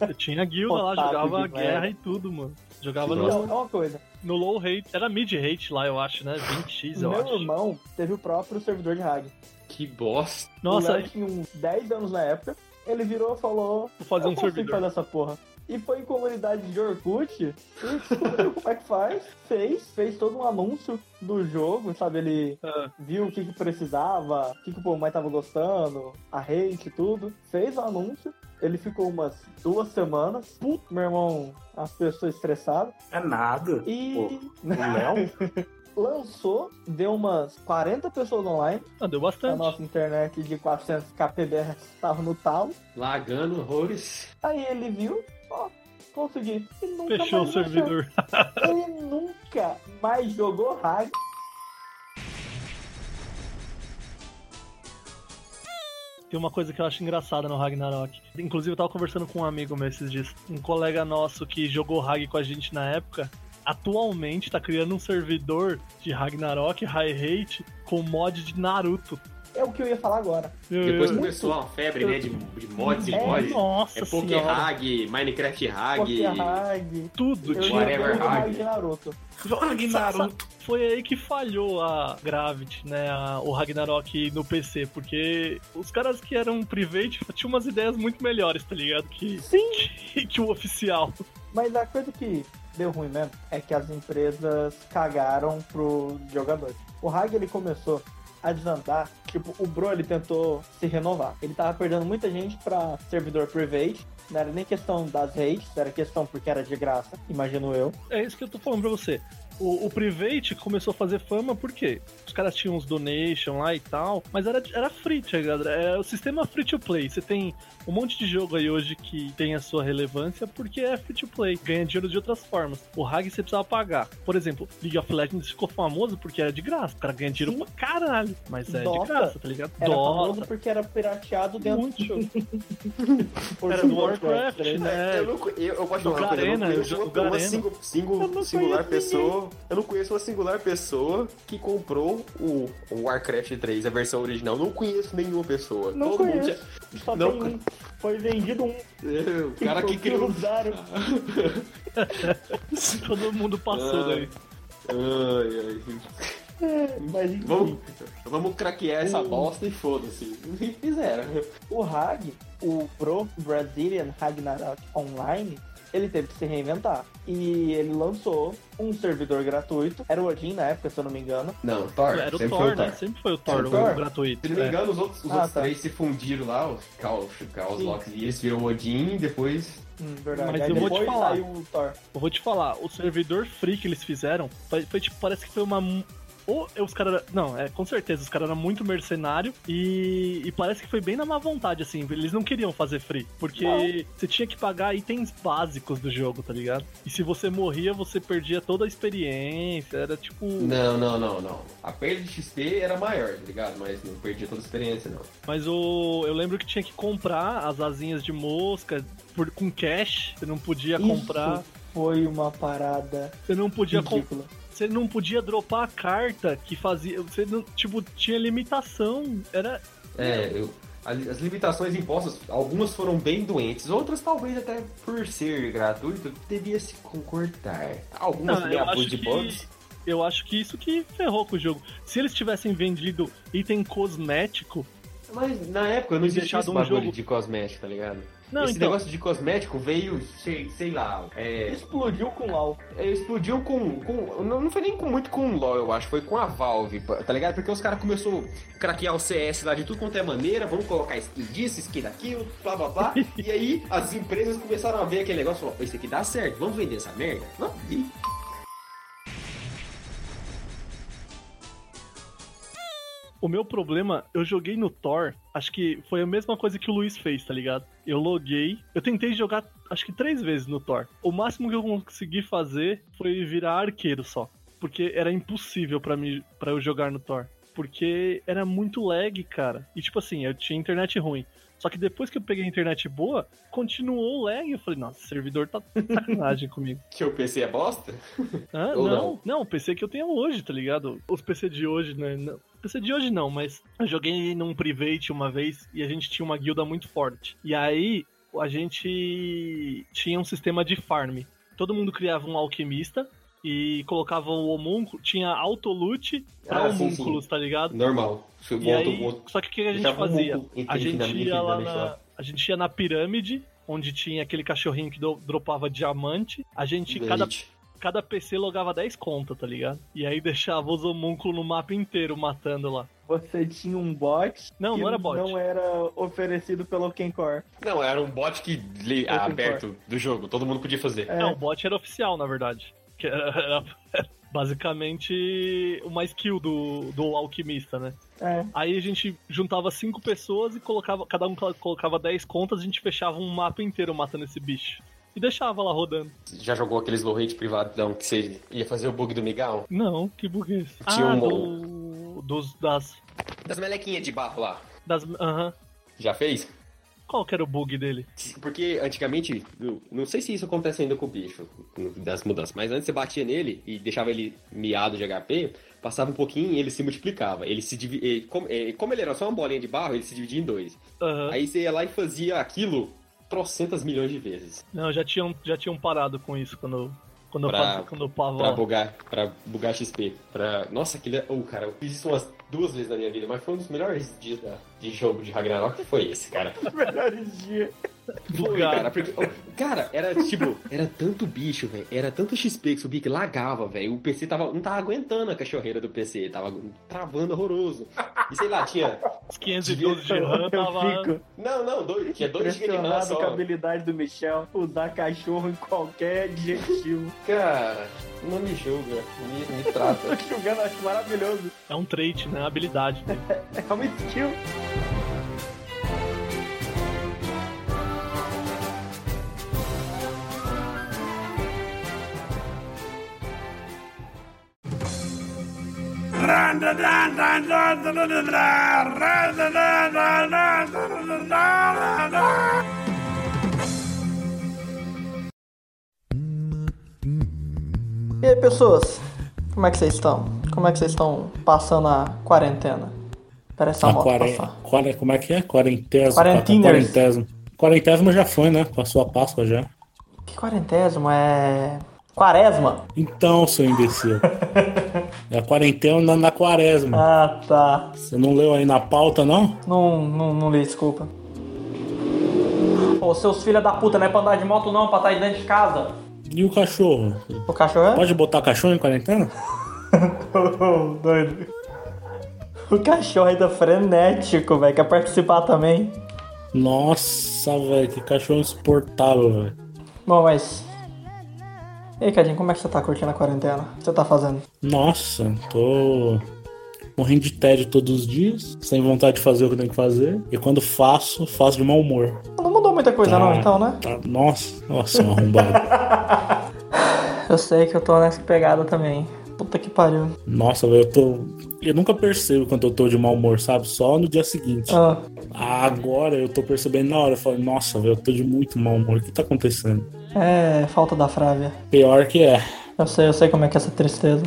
C: Eu tinha a guilda lá,
B: Otaku
C: jogava
B: demais.
C: guerra e tudo, mano. Jogava
B: Não,
C: no,
B: é uma coisa.
C: no low rate. Era mid rate lá, eu acho, né? 20x, eu
B: Meu
C: acho.
B: irmão teve o próprio servidor de Rag.
A: que bosta.
B: o
C: Nossa,
B: Léo tinha uns 10 anos na época. Ele virou e falou:
C: vou fazer
B: Eu
C: um
B: consigo
C: servidor.
B: fazer essa porra. E foi em comunidade de Orkut, e descobriu como é que faz, fez, fez todo um anúncio do jogo, sabe? Ele
C: Ah.
B: viu o que, que precisava, o que, que o povo mais tava gostando, a hate e tudo, fez o anúncio, ele ficou umas duas semanas, puto, meu irmão, as pessoas estressadas,
D: É nada.
B: e
D: O Léo?
B: lançou, deu umas 40 pessoas online,
C: Ah, deu
B: a
C: bastante.
B: Tá, nossa internet de 400 kbps tava no talo,
A: Lagando horrores.
B: Aí ele viu, ó, consegui. E nunca
C: Fechou o
B: mais mexeu.
C: servidor.
B: Ele nunca mais jogou Rag.
C: Tem uma coisa que eu acho engraçada no Ragnarok. Inclusive, eu tava conversando com um amigo meu esses dias. Um colega nosso que jogou Rag com a gente na época, atualmente tá criando um servidor de Ragnarok High Hate com mod de Naruto.
B: É o que eu ia falar agora.
C: Eu-
A: Depois
C: eu-
A: começou uma febre, né? De, de mods e
B: É,
A: mods.
C: Hum. Nossa
A: É Poké
C: senhora,
A: Hag, Minecraft Hag.
B: Porque Rag.
C: tudo.
B: Eu
C: tio.
A: Whatever
B: joguei
A: Rag.
B: Rag de Naruto.
D: Jogue Naruto.
C: Foi aí que falhou a Gravity, né? a- o Ragnarok no PC, porque os caras que eram private tinham umas ideias muito melhores, tá ligado? Que, (laughs)
B: Sim,
C: que, que o oficial.
B: mas a coisa que deu ruim mesmo é que as empresas cagaram pro jogador. O Rag ele começou a desandar. Tipo, o Bro ele tentou se renovar. Ele tava perdendo muita gente pra servidor private. Não era nem questão das redes, era questão porque era de graça, imagino eu.
C: É isso que eu tô falando pra você. O, o Private começou a fazer fama porque os caras tinham uns donation lá e tal, mas era, era free, tá ligado? É o sistema free to play. Você tem um monte de jogo aí hoje que tem a sua relevância porque é free to play, ganha dinheiro de outras formas. O Hag você precisava pagar. Por exemplo, League of Legends ficou famoso porque era de graça. O cara ganha dinheiro pra caralho, mas é de
B: Dota.
C: graça, tá ligado?
B: Era famoso
C: Dota.
B: porque era pirateado dentro
C: Muito.
B: por
C: (laughs) Era
B: World
C: do
B: of Warcraft, né?
C: Warcraft, né?
A: É, Eu, não, co- eu, eu posso
C: Do
A: falar uma coisa, eu não
C: Garena,
A: conheço
C: eu
A: uma,
C: jogo
A: uma
C: Garena.
A: singu- singu-
B: Eu não
A: singular
B: conheço
A: pessoa. Eu não conheço uma singular pessoa que comprou o, o Warcraft 3, a versão original. Não conheço nenhuma pessoa.
B: Não
A: Todo mundo
B: conheço. Só
A: Não.
B: tem um. Foi vendido um.
A: tinha- É, O cara que
B: Porque
A: criou.
B: usaram.
C: Todo mundo passou
A: Ah.
C: daí.
A: Ai, ai.
B: É, Mas enfim,
A: Vamos, vamos craquear essa
B: Hum.
A: bosta e foda-se. E fizeram.
B: o Hag, o Pro Brazilian Ragnarok Online, ele teve que se reinventar. E ele lançou um servidor gratuito. Era o Odin na época, se eu não me engano.
A: Não, Thor.
C: Era o
A: sempre foi
C: Thor, né? Sempre foi o Thor,
B: Sempre
C: o
B: foi o Thor.
C: gratuito.
A: Se não me
C: É.
A: engano, os outros, os
B: Ah,
A: outros
B: tá.
A: três se fundiram lá, os Caos, Caos
B: Sim.
A: Locks, e eles viram o Odin, depois
B: Hum, verdade.
C: Mas
B: Aí
C: eu vou te
B: depois
C: falar.
B: saiu o Thor.
C: Eu vou te falar, o servidor free que eles fizeram foi, foi tipo, parece que foi uma, ou os caras. Não, é com certeza, os caras eram muito mercenário e, e parece que foi bem na má vontade, assim. Eles não queriam fazer free, porque você tinha que pagar itens básicos do jogo, tá ligado? E se você morria, você perdia toda a experiência. Era tipo.
A: Não, não, não, não. A perda de XP era maior, tá ligado? Mas não perdi toda a experiência, não.
C: Mas o, eu lembro que tinha que comprar as asinhas de mosca por, com cash. Você não podia
B: Isso
C: comprar.
B: Foi uma parada
C: Você não podia comprar.
B: ridícula.
C: Você não podia dropar a carta que fazia. Você não, tipo, tinha limitação. Era.
A: É, eu, as, as limitações impostas, algumas foram bem doentes, outras talvez até por ser gratuito, devia se concordar. Algumas
C: Não,
A: meia
C: eu acho
A: dúzia de
C: que-
A: bugs.
C: Eu acho que isso que ferrou com o jogo. Se eles tivessem vendido item cosmético.
A: Mas na época não existia
C: Deixado
A: esse
C: um
A: bagulho
C: jogo-
A: de cosmético, tá ligado?
C: Não,
A: esse
C: então.
A: negócio de cosmético veio, sei, sei lá, é,
B: Explodiu com LOL.
A: É, explodiu com, com- Não não foi nem com, muito com o LoL, eu acho. Foi com a Valve, pa- tá ligado? Porque os caras começaram a craquear o CS lá de tudo quanto é maneira. Vamos colocar skin disso, skin daquilo, blá blá blá. e aí as empresas começaram a ver aquele negócio e falaram: "Pô, Esse aqui dá certo, vamos vender essa merda? Vamos. E
C: O meu problema, eu joguei no Thor, acho que foi a mesma coisa que o Luiz fez, tá ligado? Eu loguei, eu tentei jogar acho que três vezes no Thor. O máximo que eu consegui fazer foi virar arqueiro só, porque era impossível pra mim para eu jogar no Thor, porque era muito lag, cara. E tipo assim, eu tinha internet ruim. Só que depois que eu peguei a internet boa, continuou o lag. Eu falei, nossa, o servidor tá de sacanagem (laughs) comigo.
A: que o PC é bosta?
C: Hã?
A: Ou
C: não, não, o PC que eu tenho hoje, tá ligado? Os PC de hoje, né? Não. PC de hoje não, mas eu joguei num private uma vez e a gente tinha uma guilda muito forte. E aí a gente tinha um sistema de farm. Todo mundo criava um alquimista e colocava o homúnculo, tinha autolute pra
A: Ah, sim, Um
C: homúnculos, tá ligado?
A: Normal. Foi
C: E aí, só que o que a gente
A: um
C: fazia? A gente ia lá na, a gente ia na pirâmide, onde tinha aquele cachorrinho que do- dropava diamante. A gente, cada cada PC logava 10 conta, tá ligado? E aí deixava os homúnculos no mapa inteiro matando lá.
B: Você tinha um bot.
C: Não,
B: que
C: não era bot.
B: Não era oferecido pelo Kencor.
A: Não, era um bot que li-
B: concordo.
A: aberto do jogo, todo mundo podia fazer.
B: É,
C: Não, o bot era oficial, na verdade. Que era, era basicamente uma skill do, do alquimista, né?
B: é. (laughs)
C: Aí a gente juntava cinco pessoas e colocava. Cada um colo- colocava 10 contas, a gente fechava um mapa inteiro matando esse bicho. E deixava lá rodando.
A: Já jogou aqueles low rate privadão que você ia fazer o bug do Miguel?
C: Não, que burguês.
A: Tinha
C: ah,
A: um-
C: do, dos. Das.
A: Das melequinhas de barro lá.
C: das aham.
A: Já fez?
C: Qual que era o bug dele?
A: Porque antigamente, eu não sei se isso acontece ainda com o bicho, no- das mudanças, mas antes você batia nele e deixava ele miado de HP, passava um pouquinho e ele se multiplicava. Ele se divi- ele- como, eh, como ele era só uma bolinha de barro, ele se dividia em dois.
C: Aham.
A: Aí você ia lá e fazia aquilo trocentas milhões de vezes.
C: Não, já tinham, já tinham parado com isso quando, quando,
A: Pra-
C: eu, fazia- quando eu pava
A: Pra
C: lá.
A: bugar, pra bugar XP. Pra... Nossa, aquilo é. Oh, cara, eu fiz isso umas duas vezes na minha vida, mas foi um dos melhores dias da- de jogo de Ragnarok que foi esse, cara.
B: Melhores dias.
A: Foi,
C: Bugar.
A: cara, porque. oh, Cara, era tipo, era tanto bicho, velho. Era tanto XP que subia que lagava, velho. O PC tava, não tava aguentando a cachorreira do PC, tava travando horroroso. E sei lá, tinha.
C: Os 512 de RAM
B: Eu
C: tava.
B: fico
A: Não, não, dois, tinha dois GB de RAM
B: impressionado
A: só.
B: com a habilidade do Michel. Usar cachorro em qualquer adjetivo.
A: Cara, não me julga, me, me trata.
B: (laughs) Jogando, acho maravilhoso.
C: É um trait, né? Habilidade.
B: É uma skill.
E: E aí, pessoas? Como é que vocês estão? Como é que vocês estão passando a quarentena? Parece
B: Tá
E: uma
D: A
E: moto
D: quaren...
E: passar.
D: quare- Como é que é? Quarentésimo.
E: Quarentiners.
D: Quarentésimo. Quarentésimo já foi, né? Passou a Páscoa já.
E: Que quarentésimo? É... Quaresma?
D: Então, seu
B: (laughs)
D: imbecil. é a quarentena na quaresma.
E: Ah, tá.
D: Você não leu aí na pauta, não?
E: Não, não, não li, desculpa. Ô, seus filha da puta, não é pra andar de moto não, pra estar dentro de casa.
D: E o cachorro?
E: O cachorro
D: Pode botar cachorro em quarentena?
E: é? (laughs) Doido. O cachorro ainda frenético, velho, quer participar também.
D: Nossa, velho, que cachorro insuportável, velho.
E: Bom, mas...
B: E aí, Cadinho, como é que você tá curtindo a quarentena? O que você tá fazendo?
D: Nossa, tô morrendo de tédio todos os dias, sem vontade de fazer o que eu tenho que fazer. E quando faço, faço de mau humor.
B: Não mudou muita coisa
D: Tá,
B: não, então, né?
D: tá- nossa, nossa, um
B: (laughs)
D: arrombado.
B: Eu sei que eu tô nessa pegada também. Puta que pariu.
D: nossa, velho, eu tô. Eu nunca percebo quando eu tô de mau humor, sabe? Só no dia seguinte.
B: Ah,
D: Agora eu tô percebendo na hora, eu falo, nossa, velho, eu tô de muito mau humor, o que tá acontecendo?
B: é falta da frávia.
D: Pior que é.
B: Eu sei, eu sei como é que é essa tristeza.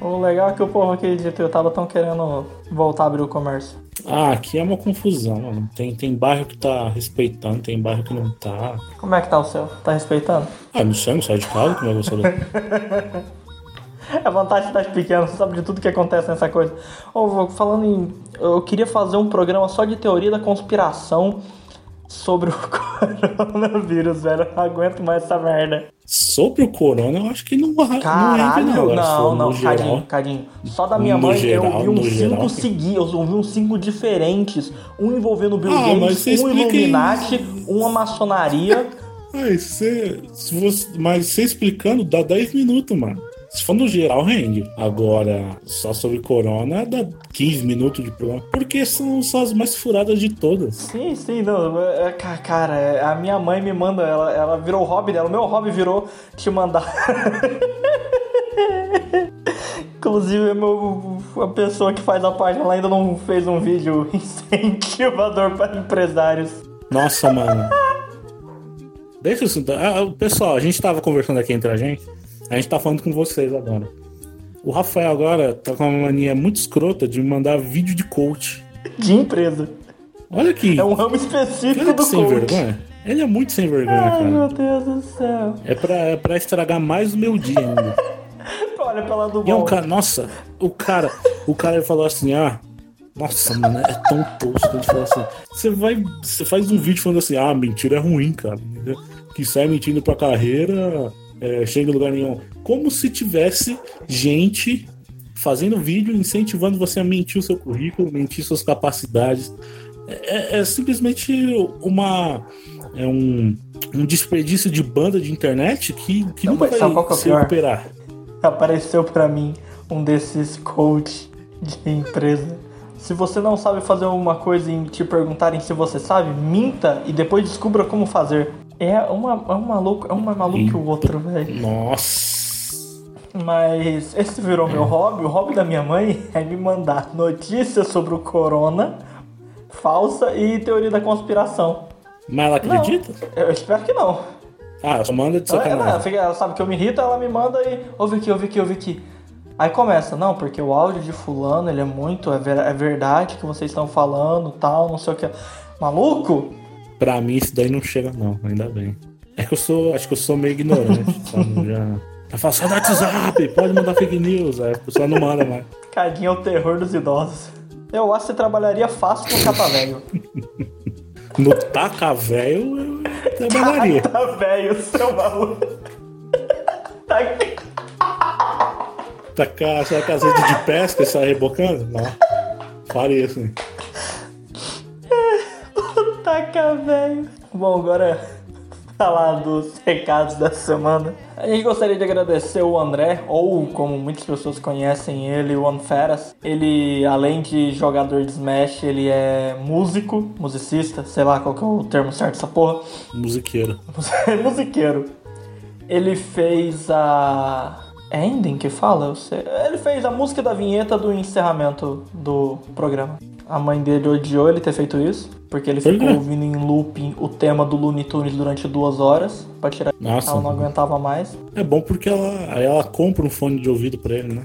B: O legal é que o povo aqui de Tuiutaba tão querendo voltar a abrir o comércio.
D: Ah, aqui é uma confusão, mano. Tem, tem bairro que tá respeitando, tem bairro que não tá.
B: Como é que tá o seu? Tá respeitando?
D: Ah, não sei, não sai de casa, como é que eu
B: (laughs)
D: vou saber?
B: É a vantagem de cidade pequena, você sabe de tudo que acontece nessa coisa. Ô, vô, falando em. Eu queria fazer um programa só de teoria da conspiração sobre o (laughs) coronavírus, velho. Eu não aguento mais essa merda.
D: Sobre o corona, eu acho que não, não é
B: Caralho,
D: não.
B: não,
D: Agora, se for
B: não,
D: no geral,
B: cadinho, cadinho. Só da minha
D: No
B: mãe eu
D: geral,
B: ouvi uns
D: no geral,
B: cinco
D: sim.
B: seguidos, eu ouvi uns cinco diferentes. Um envolvendo Bill
D: Ah, mas
B: Gates,
D: você
B: um
D: explica
B: Illuminati, uma maçonaria.
D: Ai, cê- se você, mas você explicando dá 10 minutos, mano. Se for no geral, rende. Agora, só sobre corona, dá 15 minutos de programa. Porque são só as mais furadas de todas.
B: Sim, sim, não. é, ca- Cara, é, a minha mãe me manda, ela, ela virou o hobby dela. O meu hobby virou te mandar. (laughs) Inclusive, meu, a pessoa que faz a página ela ainda não fez um vídeo (laughs) incentivador para empresários.
D: Nossa, mano. Deixa isso. Ah, ah, pessoal, a gente tava conversando aqui entre a gente. A gente tá falando com vocês agora. O Rafael agora tá com uma mania muito escrota de me mandar vídeo de coach.
B: De empresa.
D: Olha que.
B: É um ramo
D: Ele
B: específico
D: é
B: do
D: sem
B: coach.
D: vergonha. Ele é muito sem vergonha,
B: Ai, meu
D: cara.
B: Deus do céu.
D: É pra, é pra estragar mais o meu dia ainda.
B: Olha pela do
D: E é um
B: bom.
D: cara, nossa, o cara, o cara ele falou assim, ah, nossa, mano, é tão tosco. Ele falou assim, você vai, você faz um vídeo falando assim, ah, mentira é ruim, cara, entendeu? que sai mentindo pra carreira, é, chega em lugar nenhum. Como se tivesse gente fazendo vídeo incentivando você a mentir o seu currículo, mentir suas capacidades. É, é- é simplesmente uma é um, um desperdício de banda de internet que, que
B: Não,
D: nunca
B: mas sabe qual que é
D: vai
B: o
D: se
B: pior?
D: recuperar.
B: Apareceu pra mim um desses coach de empresa. Se você não sabe fazer alguma coisa e te perguntarem se você sabe, minta e depois descubra como fazer. É, uma, é um maluco, é um mais maluco que o outro, velho.
D: Nossa.
B: Mas esse virou meu hobby. O hobby da minha mãe é me mandar notícias sobre o corona, falsa e teoria da conspiração.
D: Mas ela
B: Não.
D: acredita?
B: Eu espero que não.
D: Ah, só manda de
B: Ela, ela- é ela
D: sacanagem.
B: fica- ela sabe que eu me irrito, ela me manda e ouve aqui, ouve aqui, ouve aqui. Aí começa, não, porque o áudio de fulano, ele é muito, é, ver- é verdade que vocês estão falando, tal, não sei o que. Maluco?
D: Pra mim isso daí não chega não, ainda bem. É que eu sou, acho que eu sou meio ignorante, (laughs) sabe? Já... Eu falo, só dá WhatsApp, pode mandar fake news. Aí a pessoa não manda mais.
B: Cadinho é o terror dos idosos. Eu acho que você trabalharia fácil com capa velho.
D: No taca velho, eu trabalharia.
B: Tá velho, seu maluco. (laughs) Tá aqui.
D: Tacar aquela caseta de pesca e sair rebocando? Não. Faria assim.
B: Taca, velho. Bom, agora falar dos recados da semana. A gente gostaria de agradecer o André, ou como muitas pessoas conhecem ele, o Anferas. Ele, além de jogador de Smash, ele é músico, musicista, sei lá qual que é o termo certo dessa porra.
D: Musiqueiro.
B: É (laughs) musiqueiro. Ele fez a. É Ending que fala? Eu sei. Ele fez a música da vinheta do encerramento do programa. A mãe dele odiou ele ter feito isso, porque ele
D: Por
B: ficou
D: quê?
B: ouvindo em looping o tema do Looney Tunes durante duas horas pra tirar.
D: Nossa.
B: Ela não aguentava mais.
D: É bom porque ela, aí ela compra um fone de ouvido pra
B: (laughs)
D: ele, né?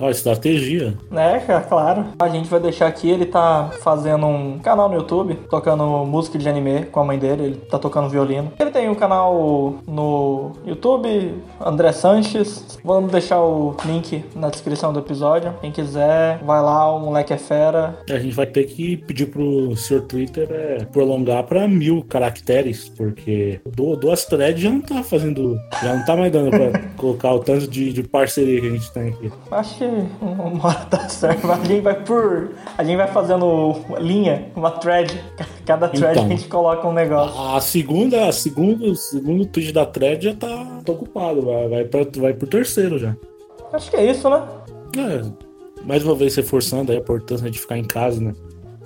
D: Ó, estratégia.
B: Né, cara, claro. A gente vai deixar aqui, ele tá fazendo um canal no YouTube, tocando música de anime com a mãe dele, ele tá tocando violino. Ele tem um canal no YouTube, André Sanches. Vamos deixar o link na descrição do episódio. Quem quiser, vai lá, o moleque é fera.
D: A gente vai ter que pedir pro o Sr. Twitter é prolongar pra mil caracteres, porque do- duas threads já não tá fazendo. Já não tá mais dando pra colocar o tanto de, de parceria que a gente tem aqui.
E: Acho que
B: (laughs)
E: uma hora tá certo. A gente vai por. A gente vai fazendo linha, uma thread. Cada thread
D: Então.
E: a gente coloca um negócio.
D: A segunda, a segunda, o segundo tweet da thread já tá, tá ocupado, vai, vai, pra, vai pro terceiro já.
E: Acho que é isso, né?
D: É, mais uma vez reforçando aí a importância de ficar em casa, né?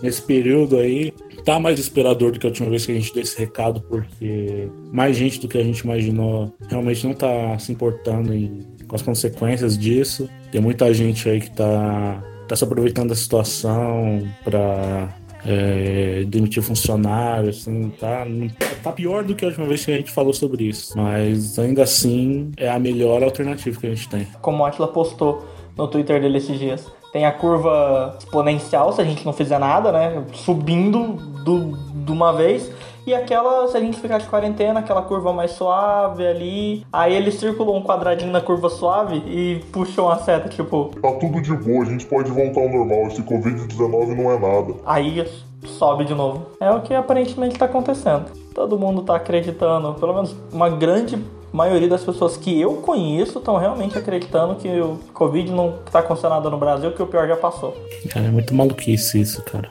D: Nesse período aí, tá mais esperador do que a última vez que a gente deu esse recado, porque mais gente do que a gente imaginou realmente não tá se importando em- com as consequências disso. Tem muita gente aí que tá, tá se aproveitando da situação pra é, demitir funcionários, assim, tá, não- tá pior do que a última vez que a gente falou sobre isso. Mas ainda assim, é a melhor alternativa que a gente tem.
E: como o Atila postou no Twitter dele esses dias. Tem a curva exponencial, se a gente não fizer nada, né? Subindo do, de uma vez. E aquela, se a gente ficar de quarentena, aquela curva mais suave ali. Aí ele circulou um quadradinho na curva suave e puxou uma seta, tipo,
F: Tá tudo de boa, a gente pode voltar ao normal. Esse Covid-19 não é nada.
E: aí sobe de novo. É o que aparentemente está acontecendo. Todo mundo tá acreditando, pelo menos uma grande maioria das pessoas que eu conheço estão realmente acreditando que o Covid não tá acontecendo nada no Brasil, que o pior já passou.
D: Cara, é muito maluquice isso, cara.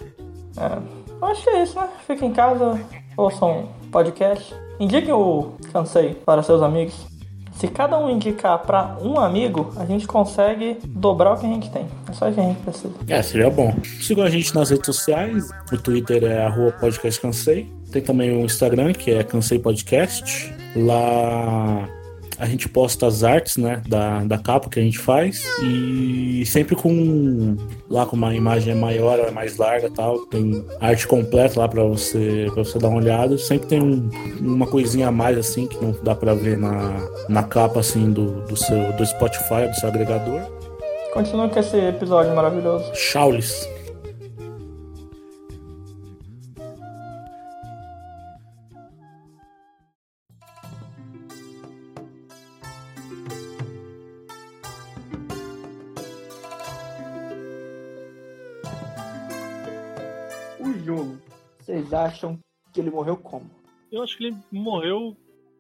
E: Eu acho que é isso, né? Fica em casa, ouçam um podcast. Indiquem o Cansei para seus amigos. Se cada um indicar para um amigo, a gente consegue dobrar o que a gente tem. É só isso que a gente precisa.
D: É, seria bom. Sigam a gente nas redes sociais. O Twitter é arroba podcast cansei. Tem também o Instagram, que é Cansei Podcast. Lá a gente posta as artes, né, da, da capa que a gente faz. E sempre com... Lá com uma imagem maior, é mais larga e tal. Tem arte completa lá pra você, pra você dar uma olhada. Sempre tem um- uma coisinha a mais, assim, que não dá pra ver na, na capa, assim, do, do, seu, do Spotify, do seu agregador.
E: Continua com esse episódio maravilhoso.
D: Chaules.
B: O jogo, vocês acham que ele morreu como?
C: Eu acho que ele morreu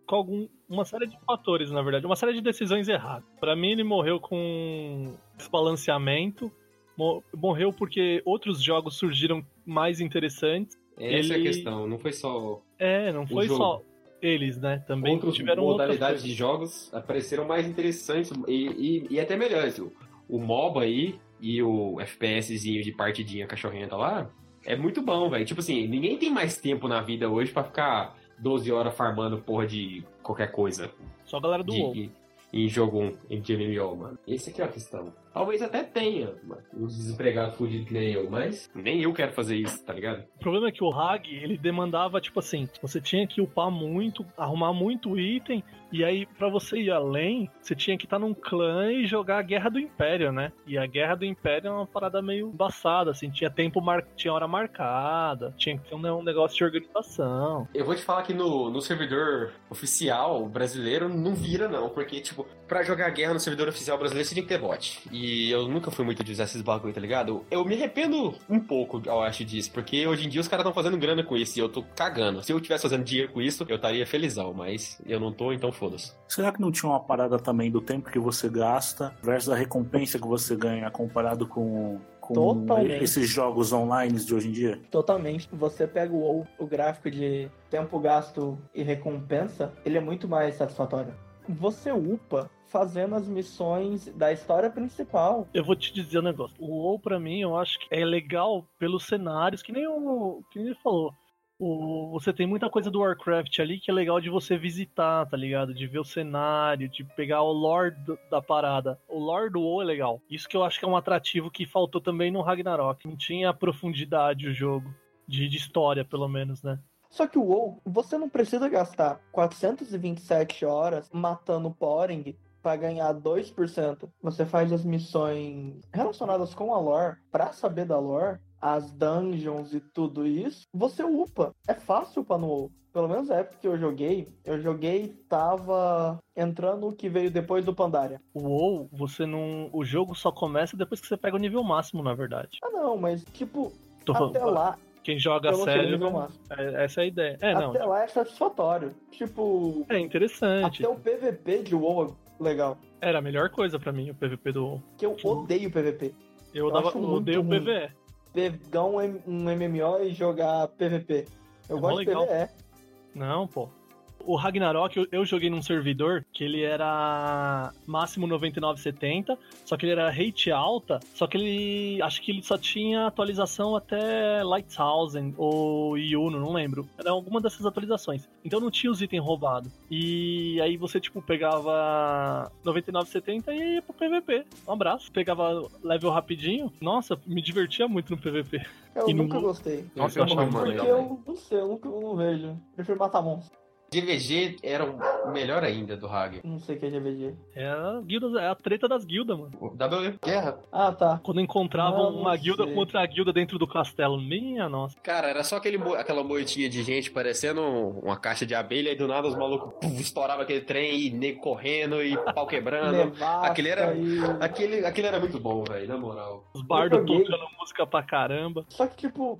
C: com algum, uma série de fatores, na verdade. Uma série de decisões erradas. Pra mim, ele morreu com desbalanceamento. mo- Morreu porque outros jogos surgiram mais interessantes.
A: Essa é a
C: Ele-
A: questão, não foi só.
C: É, não foi
A: jogo.
C: só eles, né? Também
A: Outras
C: tiveram outras
A: modalidades
C: coisas.
A: de jogos apareceram mais interessantes e, e, e até melhores. O, o MOBA aí e o FPSzinho de partidinha cachorrenta lá é muito bom, velho. Tipo assim, ninguém tem mais tempo na vida hoje pra ficar 12 horas farmando porra de qualquer coisa.
C: Só a galera do
A: de-
C: WoW.
A: em- em jogo 1, em de MMO, mano. Esse aqui é a questão. Talvez até tenha mano, uns desempregados fudidos que nem eu, mas nem eu quero fazer isso, tá ligado?
C: O problema é que o Hag, ele demandava, tipo assim, você tinha que upar muito, arrumar muito item, e aí pra você ir além, você tinha que estar num clã e jogar a Guerra do Império, né? E a Guerra do Império é uma parada meio embaçada, assim, tinha tempo, mar... tinha hora marcada, tinha que ter um um negócio de organização.
A: Eu vou te falar que no, no servidor oficial brasileiro não vira, não. Porque, tipo, pra jogar guerra no servidor oficial brasileiro, você tinha que ter bot. E eu nunca fui muito de usar esses bagulho, tá ligado? Eu me arrependo um pouco, eu acho, disso. Porque hoje em dia os caras estão fazendo grana com isso e eu tô cagando. Se eu tivesse fazendo dinheiro com isso, eu estaria felizão, mas eu não tô, então foda-se.
D: Será que não tinha uma parada também do tempo que você gasta versus a recompensa que você ganha comparado com, com
B: Totalmente.
D: esses jogos online de hoje em dia?
B: Totalmente. Você pega o WoW, o gráfico de tempo gasto e recompensa, ele é muito mais satisfatório. Você upa fazendo as missões da história principal.
C: Eu vou te dizer um negócio, o WoW pra mim, eu acho que é legal pelos cenários, que nem o que nem ele falou. O, você tem muita coisa do Warcraft ali que é legal de você visitar, tá ligado? De ver o cenário, de pegar o lore do- da parada. O lore do WoW é legal. Isso que eu acho que é um atrativo que faltou também no Ragnarok. Não tinha profundidade o jogo, de, de história pelo menos, né?
B: Só que o WoW, você não precisa gastar 427 horas matando o Poring para ganhar 2%. Você faz as missões relacionadas com a lore, pra saber da lore, as dungeons e tudo isso, você upa. É fácil upar no WoW. Pelo menos na época que eu joguei, eu joguei tava entrando o que veio depois do Pandaria.
C: O WoW, você não. O jogo só começa depois que você pega o nível máximo, na verdade. (laughs)
B: Ah não, mas tipo,
C: Tô falando-
B: até lá
C: Quem joga
B: Eu não sei
C: sério.
B: nível máximo.
C: é- Essa é a ideia. É, não.
B: Até lá é satisfatório. Tipo,
C: É interessante.
B: até o PVP de WoW é legal.
C: Era a melhor coisa pra mim, o PVP do WoW.
B: Que eu odeio PVP.
C: Eu,
B: Eu
C: dava,
B: acho muito
C: odeio o
B: ruim.
C: PVE.
B: Pegar um, M- um MMO e jogar PVP. Eu
C: É mó
B: gosto
C: legal.
B: de PVE.
C: Não, pô. O Ragnarok eu, eu joguei num servidor que ele era máximo 99,70, só que ele era rate alta, só que ele. Acho que ele só tinha atualização até Lighthousen ou Yuno, não lembro. Era alguma dessas atualizações. Então não tinha os itens roubados. E aí você, tipo, pegava 99,70 e ia pro PVP. Um abraço. Pegava level rapidinho. Nossa, me divertia muito no PVP.
B: é. Eu
C: E no
B: nunca
C: mundo-
B: gostei.
A: Nossa, eu achava
B: Porque
A: maneiro.
B: eu
C: né?
B: não sei, eu nunca eu não vejo. Eu prefiro matar monstros.
G: DVG era o melhor ainda do Hag.
B: Não sei o que é GVG.
C: É a, guilda, é a treta das guildas, mano.
G: O W guerra.
B: Ah, tá.
C: Quando encontravam
B: Mano,
C: uma guilda
B: sei.
C: contra a guilda dentro do castelo. Minha nossa.
A: Cara, era só aquele, mo- aquela moitinha de gente parecendo um, uma caixa de abelha e do nada os malucos puf, estouravam aquele trem e nego correndo e pau quebrando.
B: Nevasca
A: Aquele era-
B: e-
A: aquele, aquele era muito bom, velho, na moral.
C: Os bardos
B: Eu joguei.
C: tocando música pra caramba.
B: Só que, tipo,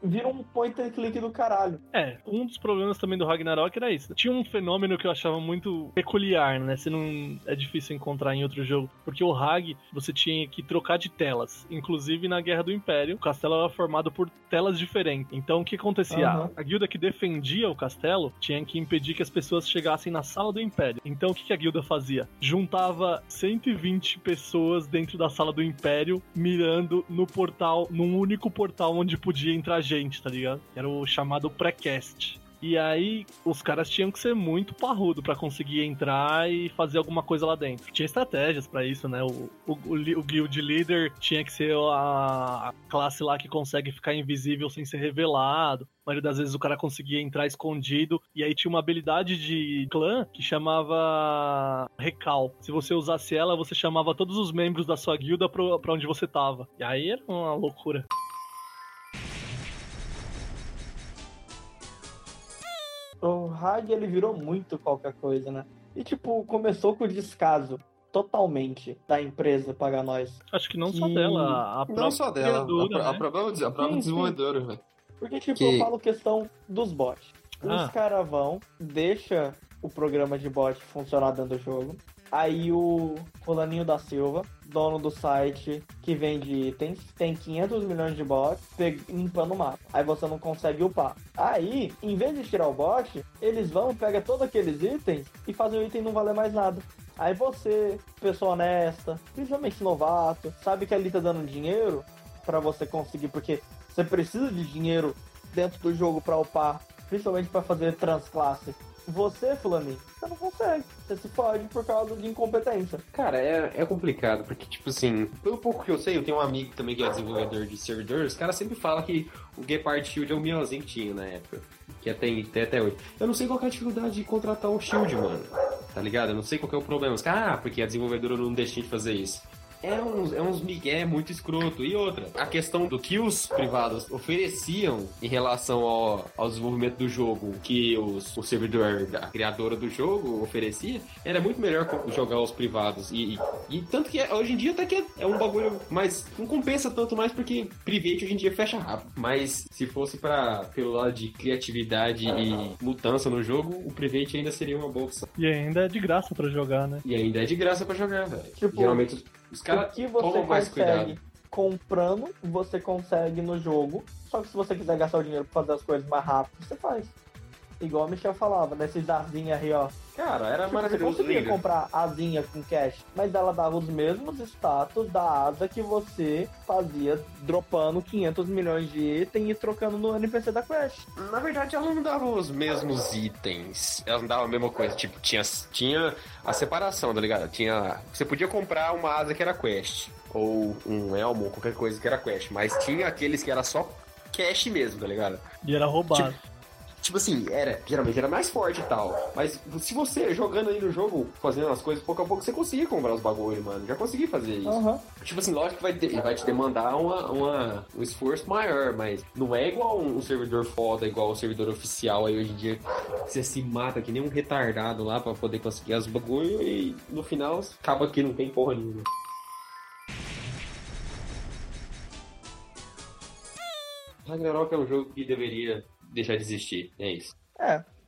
B: vira um point and click do caralho.
C: É, um dos problemas também do Ragnarok era isso. Tinha um fenômeno que eu achava muito peculiar, né? Você não é difícil encontrar em outro jogo. Porque o Rag, você tinha que trocar de telas. Inclusive na Guerra do Império, o castelo era formado por telas diferentes. Então o que acontecia?
B: Aham.
C: A guilda que defendia o castelo tinha que impedir que as pessoas chegassem na sala do Império. Então o que que a guilda fazia? Juntava 120 pessoas dentro da sala do Império, mirando no portal, num único portal onde podia entrar gente, tá ligado? Era o chamado pré-cast. E aí, os caras tinham que ser muito parrudo pra conseguir entrar e fazer alguma coisa lá dentro. Tinha estratégias pra isso, né? O, o, o, li- o guild leader tinha que ser a, a classe lá que consegue ficar invisível sem ser revelado. A maioria das vezes o cara conseguia entrar escondido. E aí tinha uma habilidade de clã que chamava Recal. Se você usasse ela, você chamava todos os membros da sua guilda pro- pra onde você tava. E aí era uma loucura.
B: O Hag, ele virou muito qualquer coisa, né? E, tipo, começou com o descaso totalmente da empresa pagar nós.
C: Acho que não só
B: Que-
C: dela, a própria
G: Não só dela.
C: criadora,
G: A, a,
C: né?
G: própria, a
B: Sim,
G: própria
B: sim.
G: desenvolvedora, velho.
B: Porque, tipo,
G: Que-
B: eu falo questão dos bots. Os
C: Ah.
B: caras vão, Um deixa o programa de bot funcionar dentro do jogo. Aí o fulaninho da Silva, dono do site que vende itens, tem 500 milhões de bots pe- limpando o mapa. Aí você não consegue upar. Aí, em vez de tirar o bot, eles vão, pegam todos aqueles itens e fazem o item não valer mais nada. Aí você, pessoa honesta, principalmente novato, sabe que ali tá dando dinheiro pra você conseguir, porque você precisa de dinheiro dentro do jogo pra upar, principalmente pra fazer transclasse. Você, fulaninho, você não consegue. Você se fode por causa de incompetência.
A: Cara, é, é complicado, porque, tipo assim, pelo pouco que eu sei, eu tenho um amigo também que é desenvolvedor de servidor, os caras sempre falam que o Gepard Shield é o melhorzinho que tinha na época, que tem, tem até hoje. Eu não sei qual que é a dificuldade de contratar um Shield, mano, tá ligado? Eu não sei qual que é o problema. Os caras, ah, porque a desenvolvedora não deixa de fazer isso. É uns, é uns migué muito escroto. E outra, a questão do que os privados ofereciam em relação ao, ao desenvolvimento do jogo, que os, o servidor, da criadora do jogo oferecia, era muito melhor co- jogar os privados. E, e- e tanto que é- hoje em dia até que é, é um bagulho, mas não compensa tanto mais porque private hoje em dia fecha rápido. Mas se fosse para pelo lado de criatividade e mudança no jogo, o private ainda seria uma boa opção.
C: E ainda é de graça pra jogar, né?
A: E ainda é de graça pra jogar, velho.
B: Tipo,
A: Geralmente os- os
B: o
A: caras
B: que você
A: tomam mais cuidado.
B: consegue comprando, você consegue no jogo. Só que se você quiser gastar o dinheiro pra fazer as coisas mais rápido, você faz. Igual o Michel falava, nesses asinha aí, ó.
A: Cara, era
B: Tipo, você
A: É maravilhoso.
B: conseguia
A: lindo.
B: comprar asinha com cash, mas ela dava os mesmos status da asa que você fazia dropando 500 milhões de item e trocando no NPC da Quest.
A: Na verdade, ela não dava os mesmos itens. Ela não dava a mesma coisa. Tipo, tinha, tinha a separação, tá ligado? Tinha. Você podia comprar uma asa que era quest. Ou um elmo, ou qualquer coisa que era quest. Mas tinha aqueles que era só cash mesmo, tá ligado?
C: E era roubado.
A: Tipo assim, era, geralmente era mais forte e tal. Mas se você jogando aí no jogo, fazendo as coisas pouco a pouco, você conseguia comprar os bagulho, mano. Já consegui fazer isso.
B: Aham.
A: Tipo assim, lógico que vai, ter- vai te demandar uma, uma- um esforço maior, mas não é igual um, um servidor foda, igual um servidor oficial aí hoje em dia. que Você se mata que nem um retardado lá pra poder conseguir as bagulho e no final acaba que não tem porra nenhuma. Ragnarok é um jogo que deveria deixar de existir. É isso.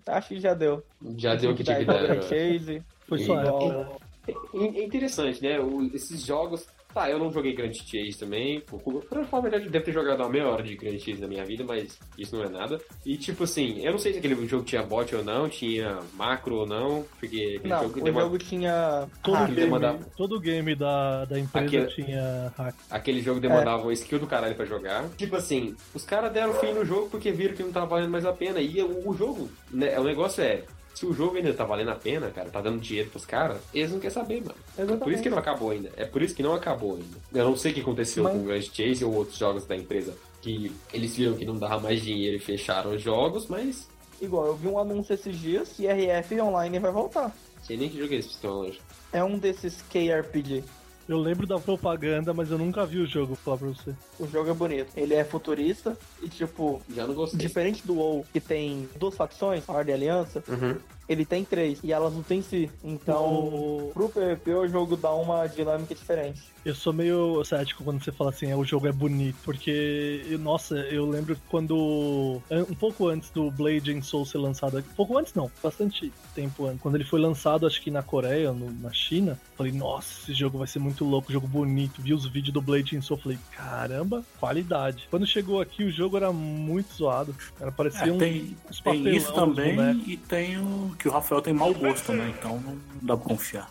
B: Acho que já deu.
A: Já deu o que tinha que
B: Dark
A: dar. né?
B: Knight
A: agora.
B: Chase,
C: Foi
A: E-
C: só ela.
B: igual- né?
A: In- É interessante, né? O- esses jogos. Tá, eu não joguei Grand Chase também. Por, por falar a verdade, eu devo ter jogado uma meia hora de Grand Chase na minha vida, mas isso não é nada. E tipo assim, eu não sei se aquele jogo tinha bot ou não, tinha macro ou não, porque aquele
B: Não,
A: jogo que
B: o
A: deu uma-
B: jogo tinha. Ah,
C: Todo
B: hack.
A: ele
C: game,
A: mandava-
C: todo game da, da empresa
A: Aquele-
C: tinha hack.
A: Aquele
B: É.
A: jogo demandava uma skill do caralho pra jogar. Tipo assim, os caras deram fim no jogo porque viram que não tava valendo mais a pena. E o, o jogo, né, o negócio é, se o jogo ainda tá valendo a pena, cara, tá dando dinheiro pros caras, eles não querem saber, mano. É
C: Tá
A: por isso que não acabou ainda. É por isso que não acabou ainda. Eu não sei o que aconteceu
B: Mas-
A: com o Grand Chase ou outros jogos da empresa. Que eles viram que não dava mais dinheiro e fecharam os jogos, mas
B: Igual, eu vi um anúncio esses dias que RF Online vai voltar.
A: sei nem que jogo eles estão longe.
B: É um desses KRPG.
C: Eu lembro da propaganda, mas eu nunca vi o jogo, vou falar pra você.
B: O jogo é bonito. Ele é futurista e, tipo,
A: Já não gostei.
B: diferente do WoW, que tem duas facções, a Ordem e a Aliança,
A: Uhum.
B: ele tem três e elas não têm si. Então,
C: Então,
B: pro PvP o jogo dá uma dinâmica diferente.
C: eu sou meio cético quando você fala assim, é, o jogo é bonito, porque, eu- nossa, eu lembro quando, an- um pouco antes do Blade and Soul ser lançado, um pouco antes não, bastante tempo antes, quando ele foi lançado, acho que na Coreia, no- na China, falei, nossa, esse jogo vai ser muito louco, jogo bonito, vi os vídeos do Blade and Soul, falei, caramba, qualidade. Quando chegou aqui, o jogo era muito zoado, era parecia
D: É,
C: um...
D: tem,
C: uns
D: tem
C: papelão
D: isso
C: dos
D: também
C: bonecos.
D: e tem o que o Rafael tem mau gosto também, então não dá pra confiar.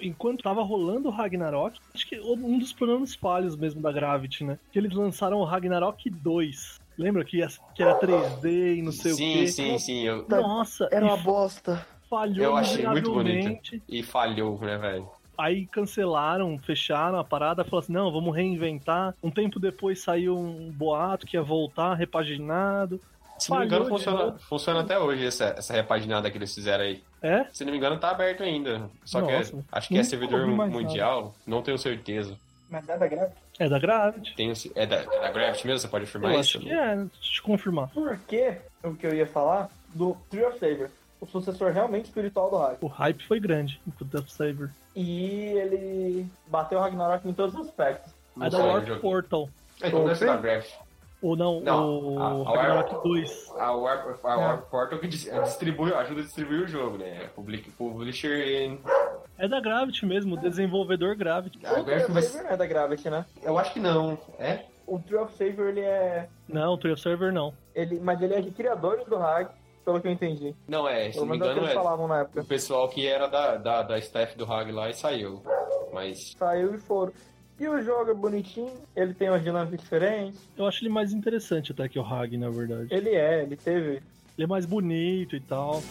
C: enquanto tava rolando o Ragnarok, acho que um dos problemas falhos mesmo da Gravity, né? Que eles lançaram o Ragnarok 2. Lembra que, ia- que era 3D e não sei o
A: Sim,
C: quê?
A: sim, sim. eu-
C: Nossa,
B: Era
C: e
B: uma bosta.
C: falhou
A: Eu achei muito
C: miseravelmente.
A: E falhou, né, velho?
C: Aí cancelaram, fecharam a parada, falaram assim, não, vamos reinventar. Um tempo depois saiu um boato que ia voltar, repaginado.
A: Se não me
C: Falhou
A: engano,
C: de
A: funciona,
C: novo.
A: funciona até hoje essa, essa repaginada que eles fizeram aí.
C: É?
A: Se não me engano, tá aberto ainda. Só que é-
C: Nossa,
A: acho que é
C: nunca
A: servidor
C: ouvi mais
A: mundial, não tenho certeza.
B: Mas nada grave.
C: É da Gravity.
A: Tenho, ce- é, da, é da Gravity mesmo? Você pode afirmar
C: Eu
A: isso?
C: acho que é, né? deixa eu confirmar.
B: Porque o que eu ia falar do Tree of Saber, o sucessor realmente espiritual do Ragnarok.
C: O hype foi grande com o Death Saber.
B: E ele bateu o Ragnarok em todos os aspectos.
A: Não
C: É da
A: sei, eu
C: Warp
A: joguei.
C: Portal.
A: É, então deve ser da Gravity.
C: Ou não,
A: Não,
C: o
A: a- a Warp-
C: Ragnarok 2.
A: A Warp,
B: Tá.
A: a Warp Portal que dis- distribui, ajuda a distribuir o jogo, né? Public, publisher e...
C: É da Gravity mesmo, o desenvolvedor Gravity.
A: A
B: o Tree
A: Gravity
B: of
A: vai...
B: Saber não é da Gravity, né?
A: Eu acho que não, é?
B: O Tree of Saber, ele é...
C: Não, o Trail Server não.
B: Ele, mas ele é de criadores do Rag, pelo que eu entendi.
A: Não é, se
B: Pelo
A: não me
B: menos é o que
A: engano
B: eles
A: é.
B: falavam na época.
A: O pessoal que era da, da, da staff do Hag lá e saiu. Mas...
B: Saiu e foram. E o jogo é bonitinho, ele tem uma dinâmica diferente.
C: Eu acho ele mais interessante até que o Hag, na verdade.
B: Ele é, ele teve.
C: Ele é mais bonito e tal.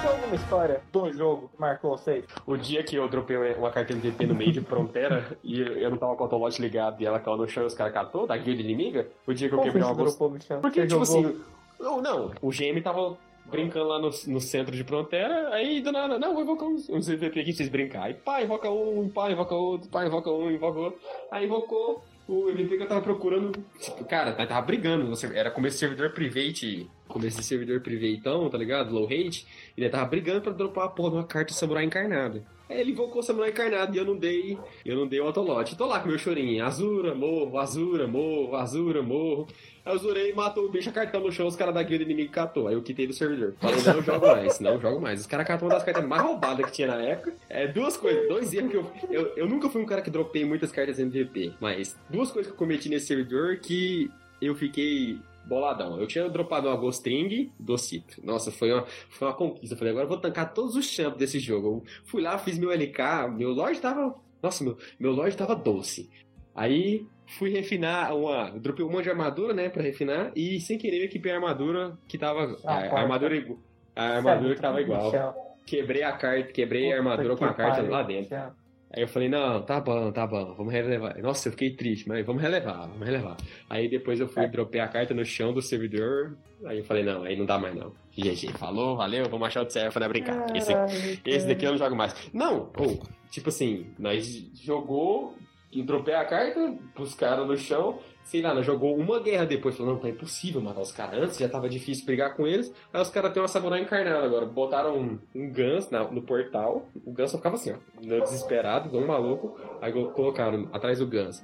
B: Tem alguma história do jogo que marcou vocês?
A: O dia que eu dropei uma carteira de TP no meio de fronteira (laughs) e eu não tava com o autolote ligado e ela caiu no chão e os caras catou da guilda inimiga, o dia que eu
B: Qual foi
A: quebrei
B: esse
A: uma bolsa.
B: grupo, Michel?
A: Porque,
B: Você
A: tipo
B: jogou?
A: assim, não, não, o GM tava brincando lá no, no centro de fronteira, aí do nada, não, vou invocar uns, uns EVP aqui pra vocês brincarem. Pá, invoca um, pá, invoca outro, pá, invoca um, invoca outro. Aí invocou o EVP que eu tava procurando. Tipo, cara, nós tava brigando, você- era começo de servidor private, começo de servidor privatão, tá ligado? Low rate. E ele tava brigando pra dropar a porra de uma carta samurai encarnado. Aí ele invocou o samurai encarnado e eu não dei. Eu não dei o autolote. Tô lá com meu chorinho. Azura, morro, azura, morro, azura, morro. Aí eu zurei e matou o bicho, a cartão no chão, os caras da guilda inimigo catou. Aí eu quitei do servidor. Falei, não jogo mais, não jogo mais. Os caras cataram uma das cartas mais roubadas que tinha na época. É duas coisas, dois erros que eu, eu. Eu nunca fui um cara que dropei muitas cartas MVP, mas duas coisas que eu cometi nesse servidor que eu fiquei. Boladão, eu tinha dropado uma Ghost Ring Docito. Nossa, foi uma, foi uma conquista. Eu falei, agora eu vou tancar todos os champs desse jogo. Eu fui lá, fiz meu LK, meu Lorde tava. Nossa, meu, meu Lorde tava doce. Aí fui refinar uma. Dropei um monte de armadura, né? Pra refinar. E sem querer eu equipei a armadura que tava.
B: Ah,
A: a- a,
B: corta.
A: armadura igu- A
B: Isso é
A: armadura
B: muito
A: que tava
B: bom,
A: igual.
B: Michel.
A: Quebrei a carta, quebrei a
B: Puta
A: armadura com a
B: que
A: carta
B: pariu,
A: lá dentro.
B: Michel.
A: Aí eu falei, não, tá bom, tá bom, vamos relevar. Nossa, eu fiquei triste, mas vamos relevar, vamos relevar. Aí depois eu
B: É.
A: fui, dropei a carta no chão do servidor. Aí eu falei, não, aí não dá mais não. GG, falou, valeu, vamos achar outro server pra brincar. Esse,
B: Caralho,
A: esse daqui eu não jogo mais. Não, ou, tipo assim, nós jogou, Entropei a carta pros caras no chão, sei lá, nós jogou uma guerra depois, falou, não, tá impossível matar os caras antes, já tava difícil brigar com eles. Aí os caras têm uma samurai encarnada agora. Botaram um, um Gans na- no portal, o Gans só ficava assim, ó, desesperado, igual um maluco. Aí go- colocaram atrás do Gans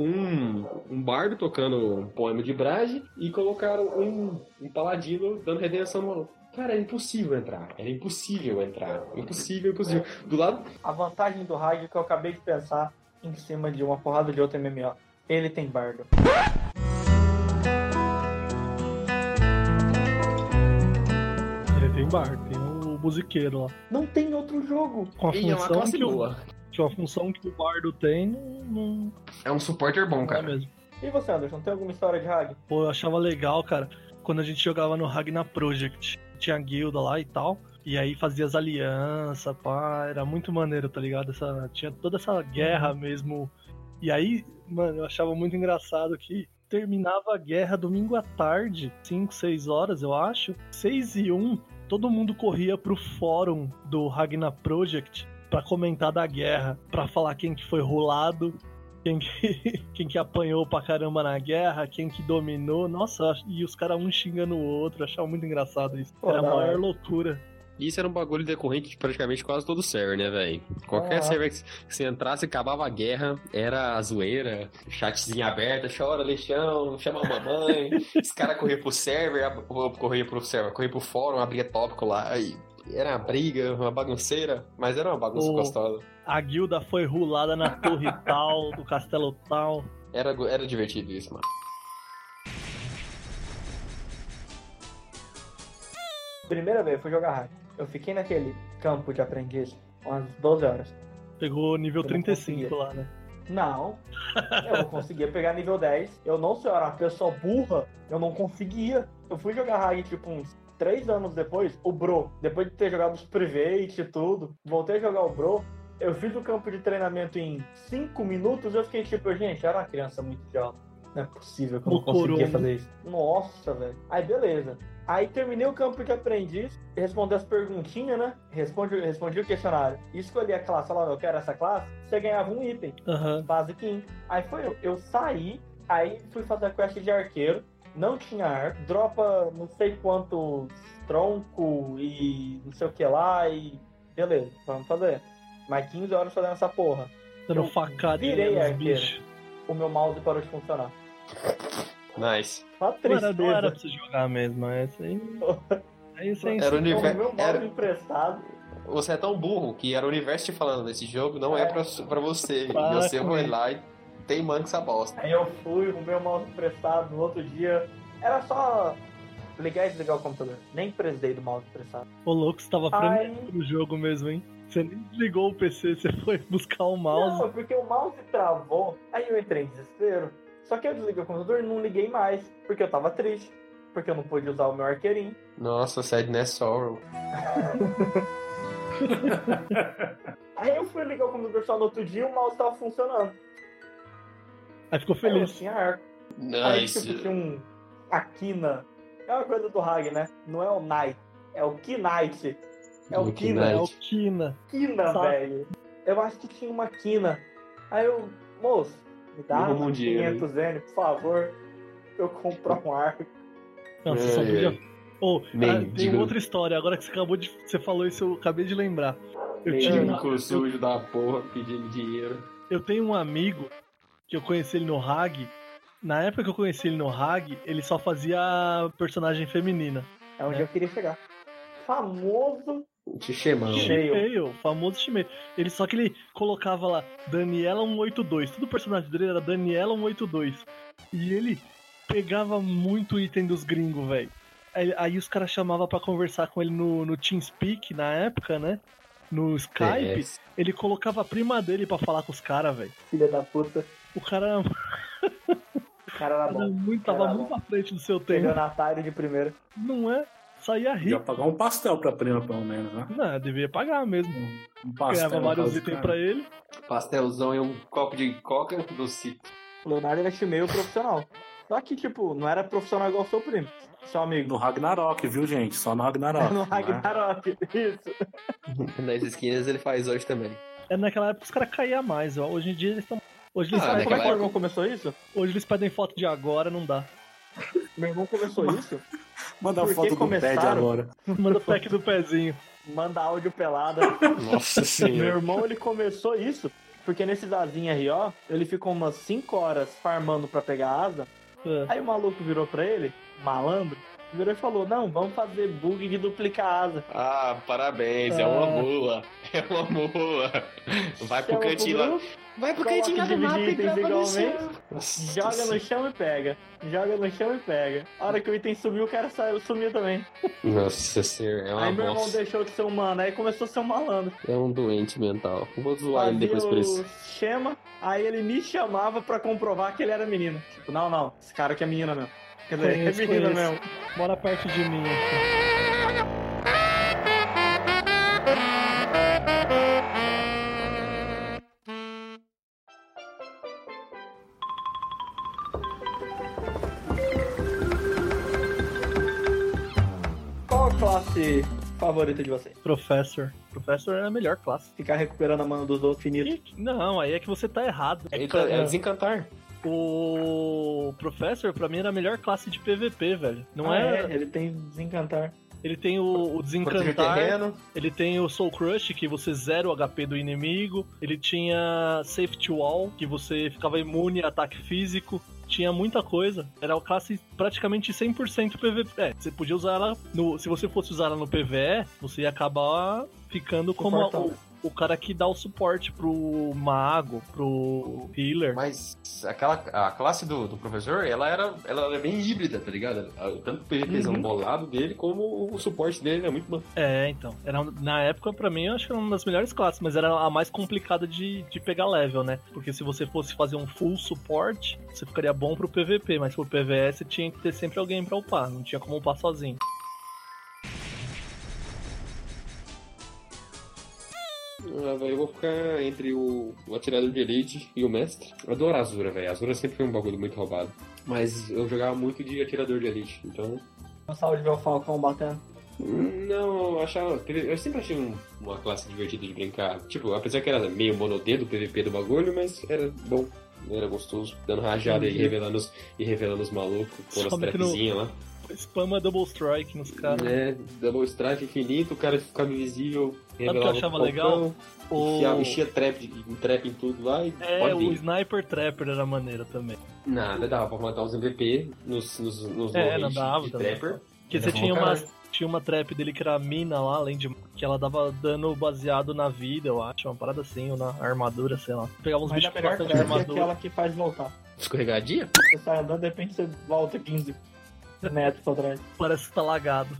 A: um, um bardo tocando um poema de Brage e colocaram um, um paladino dando redenção no maluco. Cara, era impossível entrar. Era impossível entrar. Impossível, impossível. Do lado.
B: A vantagem do Hag que eu acabei de pensar em cima de uma porrada de outro MMO. Ele tem bardo.
C: Ele tem bar, tem o musiqueiro lá.
B: Não tem outro jogo.
C: Com a
A: Ih, é uma
C: função
A: classe
C: que o,
A: boa.
C: que a função que o bardo tem, não, não-
A: É um supporter bom,
C: não é
A: cara.
C: mesmo.
B: E você, Anderson, tem alguma história de Hag?
C: Pô, eu achava legal, cara, quando a gente jogava no Ragnar Project. Tinha a guilda lá e tal. E aí fazia as alianças, pá. Era muito maneiro, tá ligado? Essa, tinha toda essa
B: Uhum.
C: guerra mesmo. E aí, mano, eu achava muito engraçado que terminava a guerra domingo à tarde, 5, 6 horas, eu acho. 6 e 1, todo mundo corria pro fórum do Ragnar Project pra comentar da guerra, pra falar quem que foi rolado, quem que, (laughs) quem que apanhou pra caramba na guerra, quem que dominou. Nossa, eu ach- e os caras um xingando o outro, eu achava muito engraçado isso.
B: Pô,
C: Era a
B: da
C: maior
B: hora.
C: loucura.
A: Isso era um bagulho decorrente de praticamente quase todo server, né, velho? Qualquer
B: Ah.
A: server que você entrasse, acabava a guerra, era a zoeira, chatzinha aberta, chora, lixão, chama a (laughs) mamãe. Os caras corriam pro server, ab- corria pro server, corria pro fórum, abria tópico lá. Aí era uma briga, uma bagunceira, mas era uma bagunça
C: Oh.
A: gostosa.
C: A guilda foi rulada na torre tal, do castelo tal.
A: Era, go- era divertido isso, mano.
B: Primeira vez, eu fui jogar Hag. Eu fiquei naquele campo de aprendiz umas 12 horas.
C: Pegou nível
B: Eu não
C: 35
B: conseguia.
C: lá, né?
B: Não, eu conseguia pegar nível 10. Eu não sei, eu era uma pessoa burra, eu não conseguia. Eu fui jogar Hag, tipo, uns 3 anos depois, o Bro. Depois de ter jogado os Private e tudo, voltei a jogar o Bro. Eu fiz o campo de treinamento em 5 minutos, eu fiquei tipo, gente, eu era uma criança muito idiota. Não é possível que eu não
C: Mocorou,
B: conseguia
C: né?
B: fazer isso. Nossa, velho. Aí, beleza. Aí terminei o campo de aprendiz, respondi as perguntinhas, né? Respondi, respondi o questionário. Escolhi a classe, falava, eu quero essa classe. Você ganhava um item
C: Aham.
B: base 15. Aí foi eu. Eu saí, aí fui fazer a quest de arqueiro, não tinha ar, dropa não sei quantos tronco e não sei o que lá e. Beleza, vamos fazer. Mais 15 horas fazendo essa porra.
C: Dando
B: Eu
C: facada
B: virei
C: nos
B: arqueiro.
C: bichos.
B: O meu mouse parou de funcionar. Tá
A: Nice.
B: Uma
C: Não era,
B: tristeza.
C: não era pra você jogar mesmo, é
B: (laughs)
C: isso aí. É isso aí.
A: Era o
B: Então, o
A: universo.
B: meu mouse emprestado.
A: Você é tão burro que era o universo te falando, esse jogo não é pra, pra
B: (laughs)
A: você. E
C: Para
A: você
C: com
A: foi
C: isso.
A: lá e tem manca essa bosta.
B: Aí eu fui, o meu mouse emprestado no outro dia. Era só ligar e desligar o computador. Nem precisei do mouse emprestado.
C: Ô louco, você tava
B: Ai.
C: frenético no jogo mesmo, hein? Você nem desligou o PC, você foi (laughs) buscar o mouse.
B: Não, porque o mouse travou, aí eu entrei em desespero. Só que eu desliguei o computador e não liguei mais, porque eu tava triste. Porque eu não pude usar o meu arqueirinho.
A: Nossa, Sadness Sorrow.
B: Aí eu fui ligar o computador só no outro dia e o mouse tava funcionando.
C: Aí ficou
B: Aí eu não
C: feliz.
B: tinha arco. Aí tipo,
A: Nice.
B: tinha um Akina. É uma coisa do Hag, né? Não é o Knight, é o Knight. É
A: O
B: o Kina.
C: É
A: Knight.
C: o Kina.
B: Quina,
C: Sabe?
B: velho. Eu acho que tinha uma quina. Aí eu, moço, me dá
A: Me arruma um dinheiro
B: 500 N, por favor. Eu comprar um arco.
C: Nossa, só
A: Ai,
C: podia. Ô,
A: Bem,
C: cara, tem
A: diga-
C: outra história, agora que você acabou de. Você falou isso, eu acabei de lembrar. Eu tinha
B: um
C: uma-
A: Típico sujo da porra pedindo dinheiro.
C: Eu tenho um amigo que eu conheci ele no Hag. Na época que eu conheci ele no Hag, ele só fazia personagem feminina.
B: É onde eu queria chegar. Famoso
A: Te chamando.
B: Shale.
C: Shimeo, famoso Shimeo. Ele só que ele colocava lá Daniela 182. Todo personagem dele era Daniela 182. E ele pegava muito item dos gringos, velho. Aí, aí os caras chamavam pra conversar com ele no, no TeamSpeak na época, né? No Skype.
A: É.
C: Ele colocava a prima dele pra falar com os caras, velho.
B: Filha da puta.
C: O cara era
B: O cara era bom.
C: muito, tava
B: Era
C: muito
B: bom.
C: à frente do seu tempo.
B: Milionatário de primeira.
C: Não é? Saía
D: Ia
C: rico.
D: pagar um pastel pra prima, pelo menos, né?
C: Não, devia pagar mesmo.
D: Um pastel.
C: Ganhava vários itens pra ele.
A: É. Pastelzão e um copo de coca um do cito.
B: Leonardo era meio profissional. Só que, tipo, não era profissional igual seu primo. Seu amigo.
D: No Ragnarok, viu, gente? Só no Ragnarok.
B: (laughs) No
D: né?
B: Ragnarok. Isso.
A: (laughs) Nas esquinas ele faz hoje também.
B: (laughs)
C: É naquela época os caras caíam mais, ó. Hoje em dia eles estão Hoje eles,
A: Ah,
B: Sabe como é
A: naquela
B: que o irmão começou isso?
C: hoje eles pedem foto de agora, não dá. (laughs)
B: Meu irmão começou isso.
D: Manda a
B: Por que
D: foto do
B: começaram?
D: TED agora.
C: Manda o pack do pezinho.
B: Manda áudio pelada.
H: Nossa
B: Meu
H: senhora.
B: irmão, ele começou isso. Porque nesse Zazinho R.O., ele ficou umas 5 horas farmando pra pegar asa.
C: É.
B: Aí o maluco virou pra ele, malandro, virou e falou, não, vamos fazer bug de duplicar asa.
A: Ah, parabéns, é
B: Ah.
A: uma mula. É uma mula. Vai pro
B: Chama
A: cantinho lá.
B: grupo,
A: Vai pro
B: Coloca
A: cantinho lá do
B: dividir
A: mapa e
B: itens
A: grava no
B: igualmente.
A: céu. Nossa
B: Joga no chão e pega. Joga no chão e pega. A hora que o item sumiu, o cara saiu, sumiu também.
A: Nossa senhora, é uma
B: aí meu irmão
A: bosta.
B: deixou de ser humano, aí começou a ser um malandro.
A: É um doente mental. Vou zoar ele
B: Fazia
A: depois por isso.
B: o Chama, aí ele me chamava pra comprovar que ele era menino. Tipo, não, não, esse cara que é menina mesmo. Quer dizer,
C: Conheço,
B: é menina
C: conheço.
B: mesmo.
C: Bora perto de mim. aqui.
B: Qual a classe favorita de vocês?
C: Professor. Professor é a melhor classe.
B: Ficar recuperando a mana dos outros finito.
C: Ih, Não, aí é que você tá errado.
A: Ele tá- é desencantar.
C: O Professor, pra mim, era a melhor classe de PVP, velho. Não
B: Ah,
C: era.
B: é? Ele tem desencantar.
C: Ele tem o, o
A: Proteger
C: Desencantar,
A: terreno.
C: ele tem o Soul Crush, que você zera o HP do inimigo, ele tinha Safety Wall, que você ficava imune a ataque físico, tinha muita coisa. Era uma classe praticamente 100% PVP. É, você podia usar ela, no, se você fosse usar ela no PVE, você ia acabar ficando como a- o,
B: Suportando.
C: o cara que dá o suporte pro mago, pro healer.
A: Mas aquela, a classe do, do professor, ela era, ela era bem híbrida, tá ligado? Tanto o PVPzão bolado dele, como o suporte dele é muito bom.
C: É, então. Era, na época, pra mim, eu acho que era uma das melhores classes, mas era a mais complicada de, de pegar level, né? Porque se você fosse fazer um full suporte, você ficaria bom pro PVP, mas pro PVS você tinha que ter sempre alguém pra upar, não tinha como upar sozinho.
A: Ah, velho, eu vou ficar entre o, o atirador de elite e o mestre. Eu adoro a Azura, velho. A Azura sempre foi um bagulho muito roubado. Mas eu jogava muito de atirador de elite, então.
B: Um salve ver o Falcão batendo.
A: hum, Não, eu achava. Eu sempre achei um- uma classe divertida de brincar. Tipo, apesar que era meio monodedo o PVP do bagulho, mas era bom. Era gostoso, dando rajada
C: Uhum.
A: e revelando os, e revelando os malucos, pondo as
C: Só metendo-
A: trapzinhas lá.
C: Spama é Double Strike nos caras.
A: É, double strike infinito, o cara ficava invisível,
C: eu
A: revelava
C: achava
A: o
C: legal?
A: copão,
C: O-
A: enfiava- enchia trap, de- trap em tudo lá e
C: É,
A: pode vir.
C: o Sniper Trapper era maneiro também.
A: Nada, dava pra matar os MVP nos, nos, nos
C: É,
A: lobbies
C: dava
A: de
C: também.
A: Trapper.
C: Porque
A: Era
C: você
A: é bom
C: tinha
A: pra
C: uma,
A: caralho.
C: tinha uma trap dele que era a mina lá, além de. Que ela dava dano baseado na vida, eu acho, uma parada assim, ou na armadura, sei lá. Pegava uns
B: Mas a
C: bichos com
B: melhor
C: bastante
B: classe é
C: armadura.
B: aquela que faz voltar.
A: Escorregadia?
B: Você sai andando, de repente você volta 15 metros pra trás.
C: Parece que tá lagado.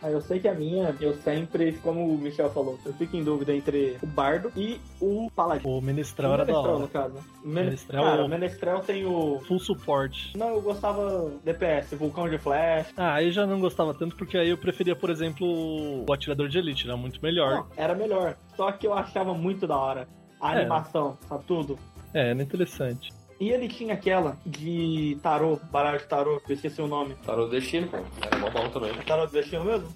B: Aí Ah, eu sei que a minha, eu sempre, como o Michel falou, eu fico em dúvida entre o Bardo e o Paladino.
C: O Menestral era da
B: Menestrel,
C: hora.
B: no caso. O
C: Menestrel- é
B: Menestrel... Cara, o Menestrel tem o...
C: Full suporte.
B: Não, eu gostava DPS, Vulcão de Flash.
C: Ah, aí eu já não gostava tanto, porque aí eu preferia, por exemplo, o atirador de elite, era muito melhor.
B: Não, era melhor. Só que eu achava muito da hora. A
C: É.
B: animação, sabe tudo.
C: É, era interessante.
B: E ele tinha aquela de tarô, baralho de tarô, que eu esqueci o nome.
A: Parou do destino, cara. Era mó bom também. né?
B: É tarô do destino mesmo?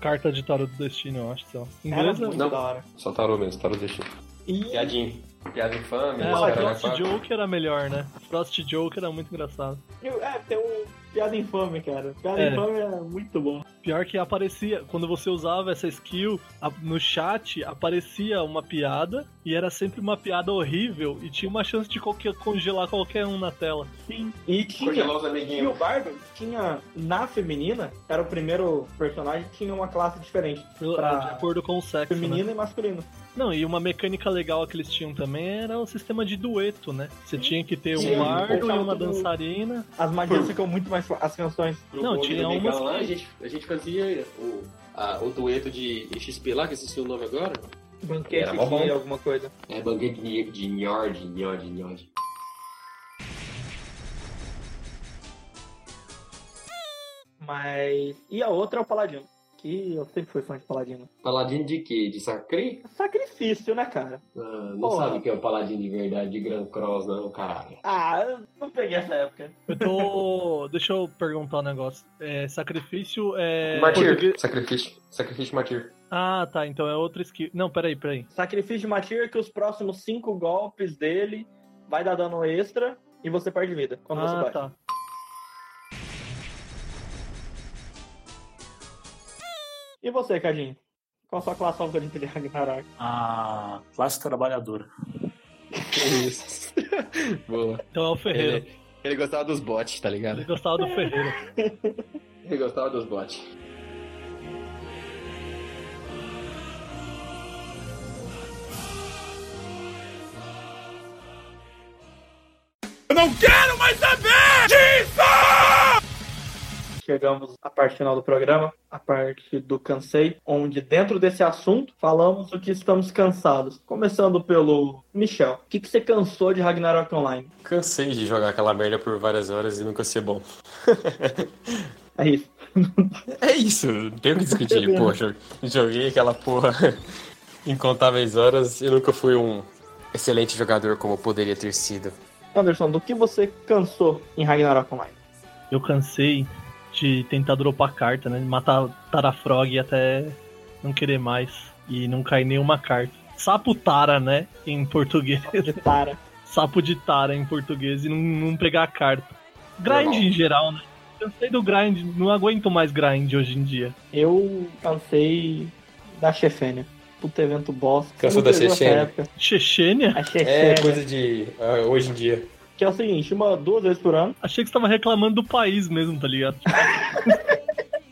C: Carta de tarot do destino, eu acho, é- sei lá.
B: Era
C: Inglesa?
B: muito
A: Não.
B: da hora.
A: Só tarô mesmo, tarô do destino.
B: E
A: Piadinho. Piada infame,
C: É,
A: os
C: o
A: caras
C: Frost
A: lá, quatro.
C: Joke era melhor, né? Frost Joke era muito engraçado.
B: Eu- É, tem um piada infame, cara. Piada
C: É.
B: infame é muito bom.
C: Pior que aparecia, quando você usava essa skill, a- no chat aparecia uma piada, e era sempre uma piada horrível, e tinha uma chance de qualquer, congelar qualquer um na tela.
B: Sim. E tinha.
A: Congelar os
B: E o
A: amiguinhos.
B: Bardo tinha, na feminina, era o primeiro personagem, tinha uma classe diferente. Pra-
C: De acordo com o sexo. né?
B: Feminino e masculino.
C: Não, e uma mecânica legal que eles tinham também era o sistema de dueto, né? Você tinha que ter
B: Sim,
C: um bardo e
B: colocava
C: uma
B: todo-
C: dançarina.
B: As magias
A: Hum.
B: ficam muito mais fa- As canções.
A: Pro
C: Não,
A: Gold
C: tinha
A: do
C: umas
A: Bengala lá,
C: que-
A: a gente, a gente fazia o, a- o dueto de XP lá, que esqueci o nome agora. Era mó bom.
B: de alguma coisa.
A: É banquete de, de Njord, Njord, Njord.
B: Mas. E a outra é o Paladino. Que eu sempre fui fã de Paladino.
A: Paladino de quê? De Sacre?
B: Sacrifício, né, cara?
A: Ah, não
B: Porra.
A: sabe o que é o paladino de verdade de Grand Cross, não, caralho.
B: Ah, eu não peguei essa época.
C: Eu
B: (laughs)
C: tô. Deixa eu perguntar um negócio. É, sacrifício é.
A: Martir,
C: português-
A: (laughs) sacrifício. Sacrifício Martir.
C: Ah, tá. Então é outra skill. Não, peraí, peraí.
B: Sacrifício de magia que os próximos cinco golpes dele vai dar dano extra e você perde vida quando você
C: ah,
B: bate.
C: tá.
B: E você, Cadinho? Qual a sua classe favorita de Ragnarok?
D: Ah, classe trabalhadora.
A: (laughs)
G: Isso. Boa.
C: Então é o Ferreiro.
G: Ele, ele gostava dos bots, tá
A: é.
C: Ele
G: ligado?
C: gostava do Ferreiro.
G: Ele gostava dos bots.
B: Chegamos à parte final do programa, a parte do cansei, onde dentro desse assunto falamos do que estamos cansados. Começando pelo Michel. O que, que você cansou de Ragnarok Online?
A: Cansei de jogar aquela merda por várias horas e nunca ser bom.
B: É isso.
A: É isso, não tem o que discutir.
B: Entendendo.
A: Pô, jo- joguei aquela porra (laughs) incontáveis horas e nunca fui um excelente jogador como eu poderia ter sido.
B: Anderson, do que você cansou em
A: (laughs)
B: Ragnarok Online?
C: Eu cansei de tentar dropar carta, né? Matar Tarafrog até não querer mais. E não cair nenhuma carta. Sapo Tara, né? Em português.
B: Para.
C: Sapo de Tara em português e não, não pegar a carta. Grind em geral, né? Cansei do grind, não aguento mais grind hoje em dia.
B: Eu cansei da Chefênia. Puta evento bosta.
A: Cansou da
B: Eu não vejo essa
A: Chechênia?
B: época.
C: Chechênia?
B: A
A: É
B: Chechênia.
A: coisa de ah, hoje em dia.
B: Que é o seguinte, uma, duas vezes por ano.
C: Achei que você tava reclamando do país mesmo, tá ligado?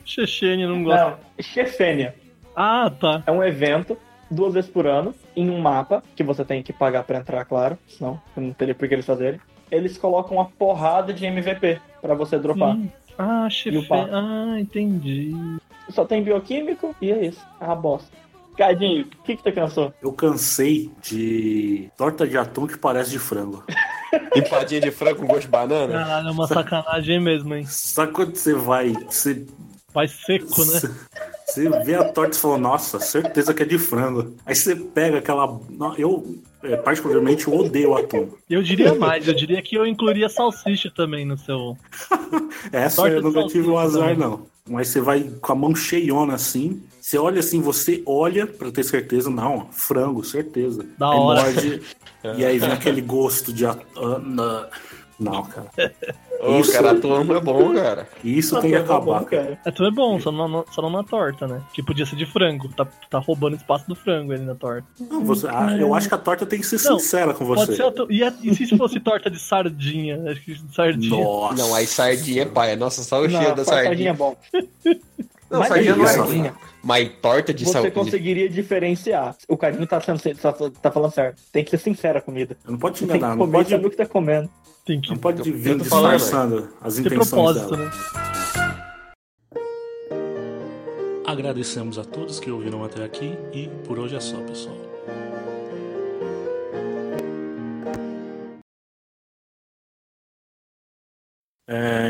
C: Chechênia, não gosta.
B: Não, Chefênia.
C: Ah, tá.
B: É um evento, duas vezes por ano, em um mapa, que você tem que pagar pra entrar, claro, senão não teria por que eles fazerem. Eles colocam uma porrada de MVP pra você dropar.
C: Hum. Ah,
B: E o pato?
C: Chechênia. Ah, entendi.
B: Só tem bioquímico e é isso. É uma bosta. Cadinho, o que que você cansou?
D: Eu cansei de torta de atum que parece de frango.
A: Empadinha de frango com gosto de banana.
C: Caralho, é uma sacanagem mesmo, hein?
D: Sabe quando você vai, você,
C: Pai seco, né?
D: (laughs) você vê a torta e fala, nossa, certeza que é de frango. Aí você pega aquela. não, Eu, é, particularmente, eu odeio atum.
C: Eu diria mais, eu diria que eu incluiria salsicha também no seu.
D: Essa
C: Torta
D: eu
C: de
D: nunca tive um
C: salsicha então.
D: azar,
C: também.
D: não. Mas você vai com a mão cheiona assim. Você olha assim, você olha pra ter certeza, não, frango, certeza.
C: Da
D: aí
C: hora.
D: morde,
B: (laughs)
D: e aí vem aquele gosto de. at- ah, na- Não, cara.
A: Ô,
D: Isso.
A: cara, atum é bom, cara.
D: Isso tem que
B: Tá bom,
D: acabar. cara.
B: cara.
C: É, tudo é bom, só não, só não na torta, né? Que podia ser de frango. Tá, tá roubando espaço do frango ele na torta.
D: Não, você- ah, eu acho que a torta tem que ser
C: Não,
D: sincera com
C: Pode
D: você.
C: ser. a to- E, a- e se fosse torta de sardinha? Acho que de sardinha.
D: Nossa.
A: Não, aí sardinha, pai. Nossa, só o cheiro
B: Não,
A: da
B: faz sardinha
A: sardinha.
B: é bom.
A: Não,
B: Mas
A: sardinha não é.
B: sardinha.
A: Mas torta de
B: Você
A: sardinha.
B: conseguiria diferenciar. O Cadinho tá, sendo, tá, tá falando certo. Tem que ser sincera a comida.
D: Não pode te
B: Tem que
D: enganar, não
B: comer e
D: pode,
B: saber o que tá comendo.
C: Tem que
D: não pode
A: Eu- eu
D: vir
A: tô falando,
D: disfarçando as
C: ter
D: intenções
C: propósito,
D: dela.
C: né?
D: Agradecemos a todos que ouviram até aqui e por hoje é só, pessoal.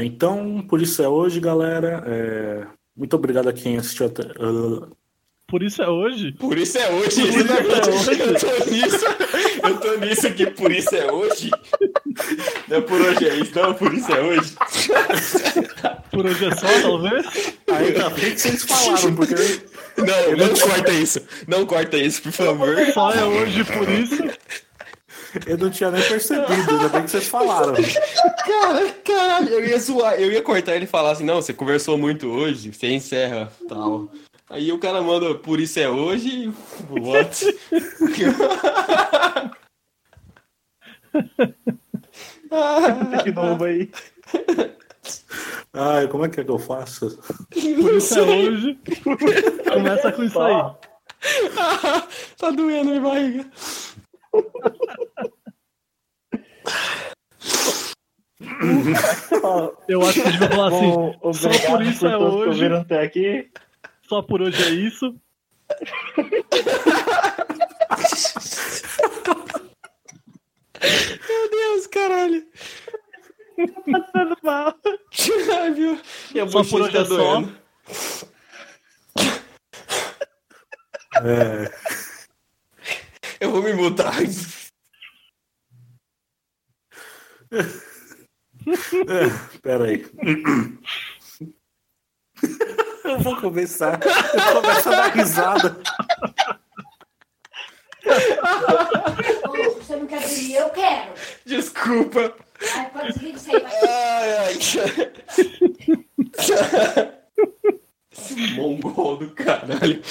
D: então, por isso é hoje, galera. É, muito obrigado a quem assistiu até. ah,
C: Por isso é hoje.
A: Por isso é hoje. Eu tô nisso. Eu tô nisso que por isso é hoje. Não é por hoje é isso, não. Por isso é hoje.
C: Por hoje é só, talvez.
D: Ainda bem que vocês falaram, porque
A: Não, não corta isso. Não corta isso, por favor.
C: Só é hoje por isso.
D: eu não tinha nem percebido. Ainda bem que vocês falaram.
A: (laughs) Cara, caralho, eu ia zoar, eu ia cortar ele e falar assim, não, você conversou muito hoje, você encerra, tal. Aí o cara manda, por isso é hoje, e- what? (laughs)
B: De novo aí.
D: Ai, como é que é que eu faço?
C: Por isso é hoje. Começa com isso aí.
A: tá doendo minha barriga.
C: Eu acho que a gente vai falar assim.
B: Bom, obrigado
C: só por isso é
B: todos que
C: hoje.
B: ouviram até aqui.
C: Só por hoje é isso.
A: Meu Deus, caralho.
B: Passando mal.
A: Ai, viu? Minha
C: Só por
A: bochecha
C: hoje é
A: tá
C: só.
A: doendo.
D: É,
A: Eu vou me mutar.
D: peraí. Eu vou começar. Eu começo a dar risada.
I: Você não quer dormir? Eu quero.
A: (laughs) Desculpa.
I: Aí quantos vídeos aí vai?
A: Ai, ai. (laughs) Esse Mongol do caralho.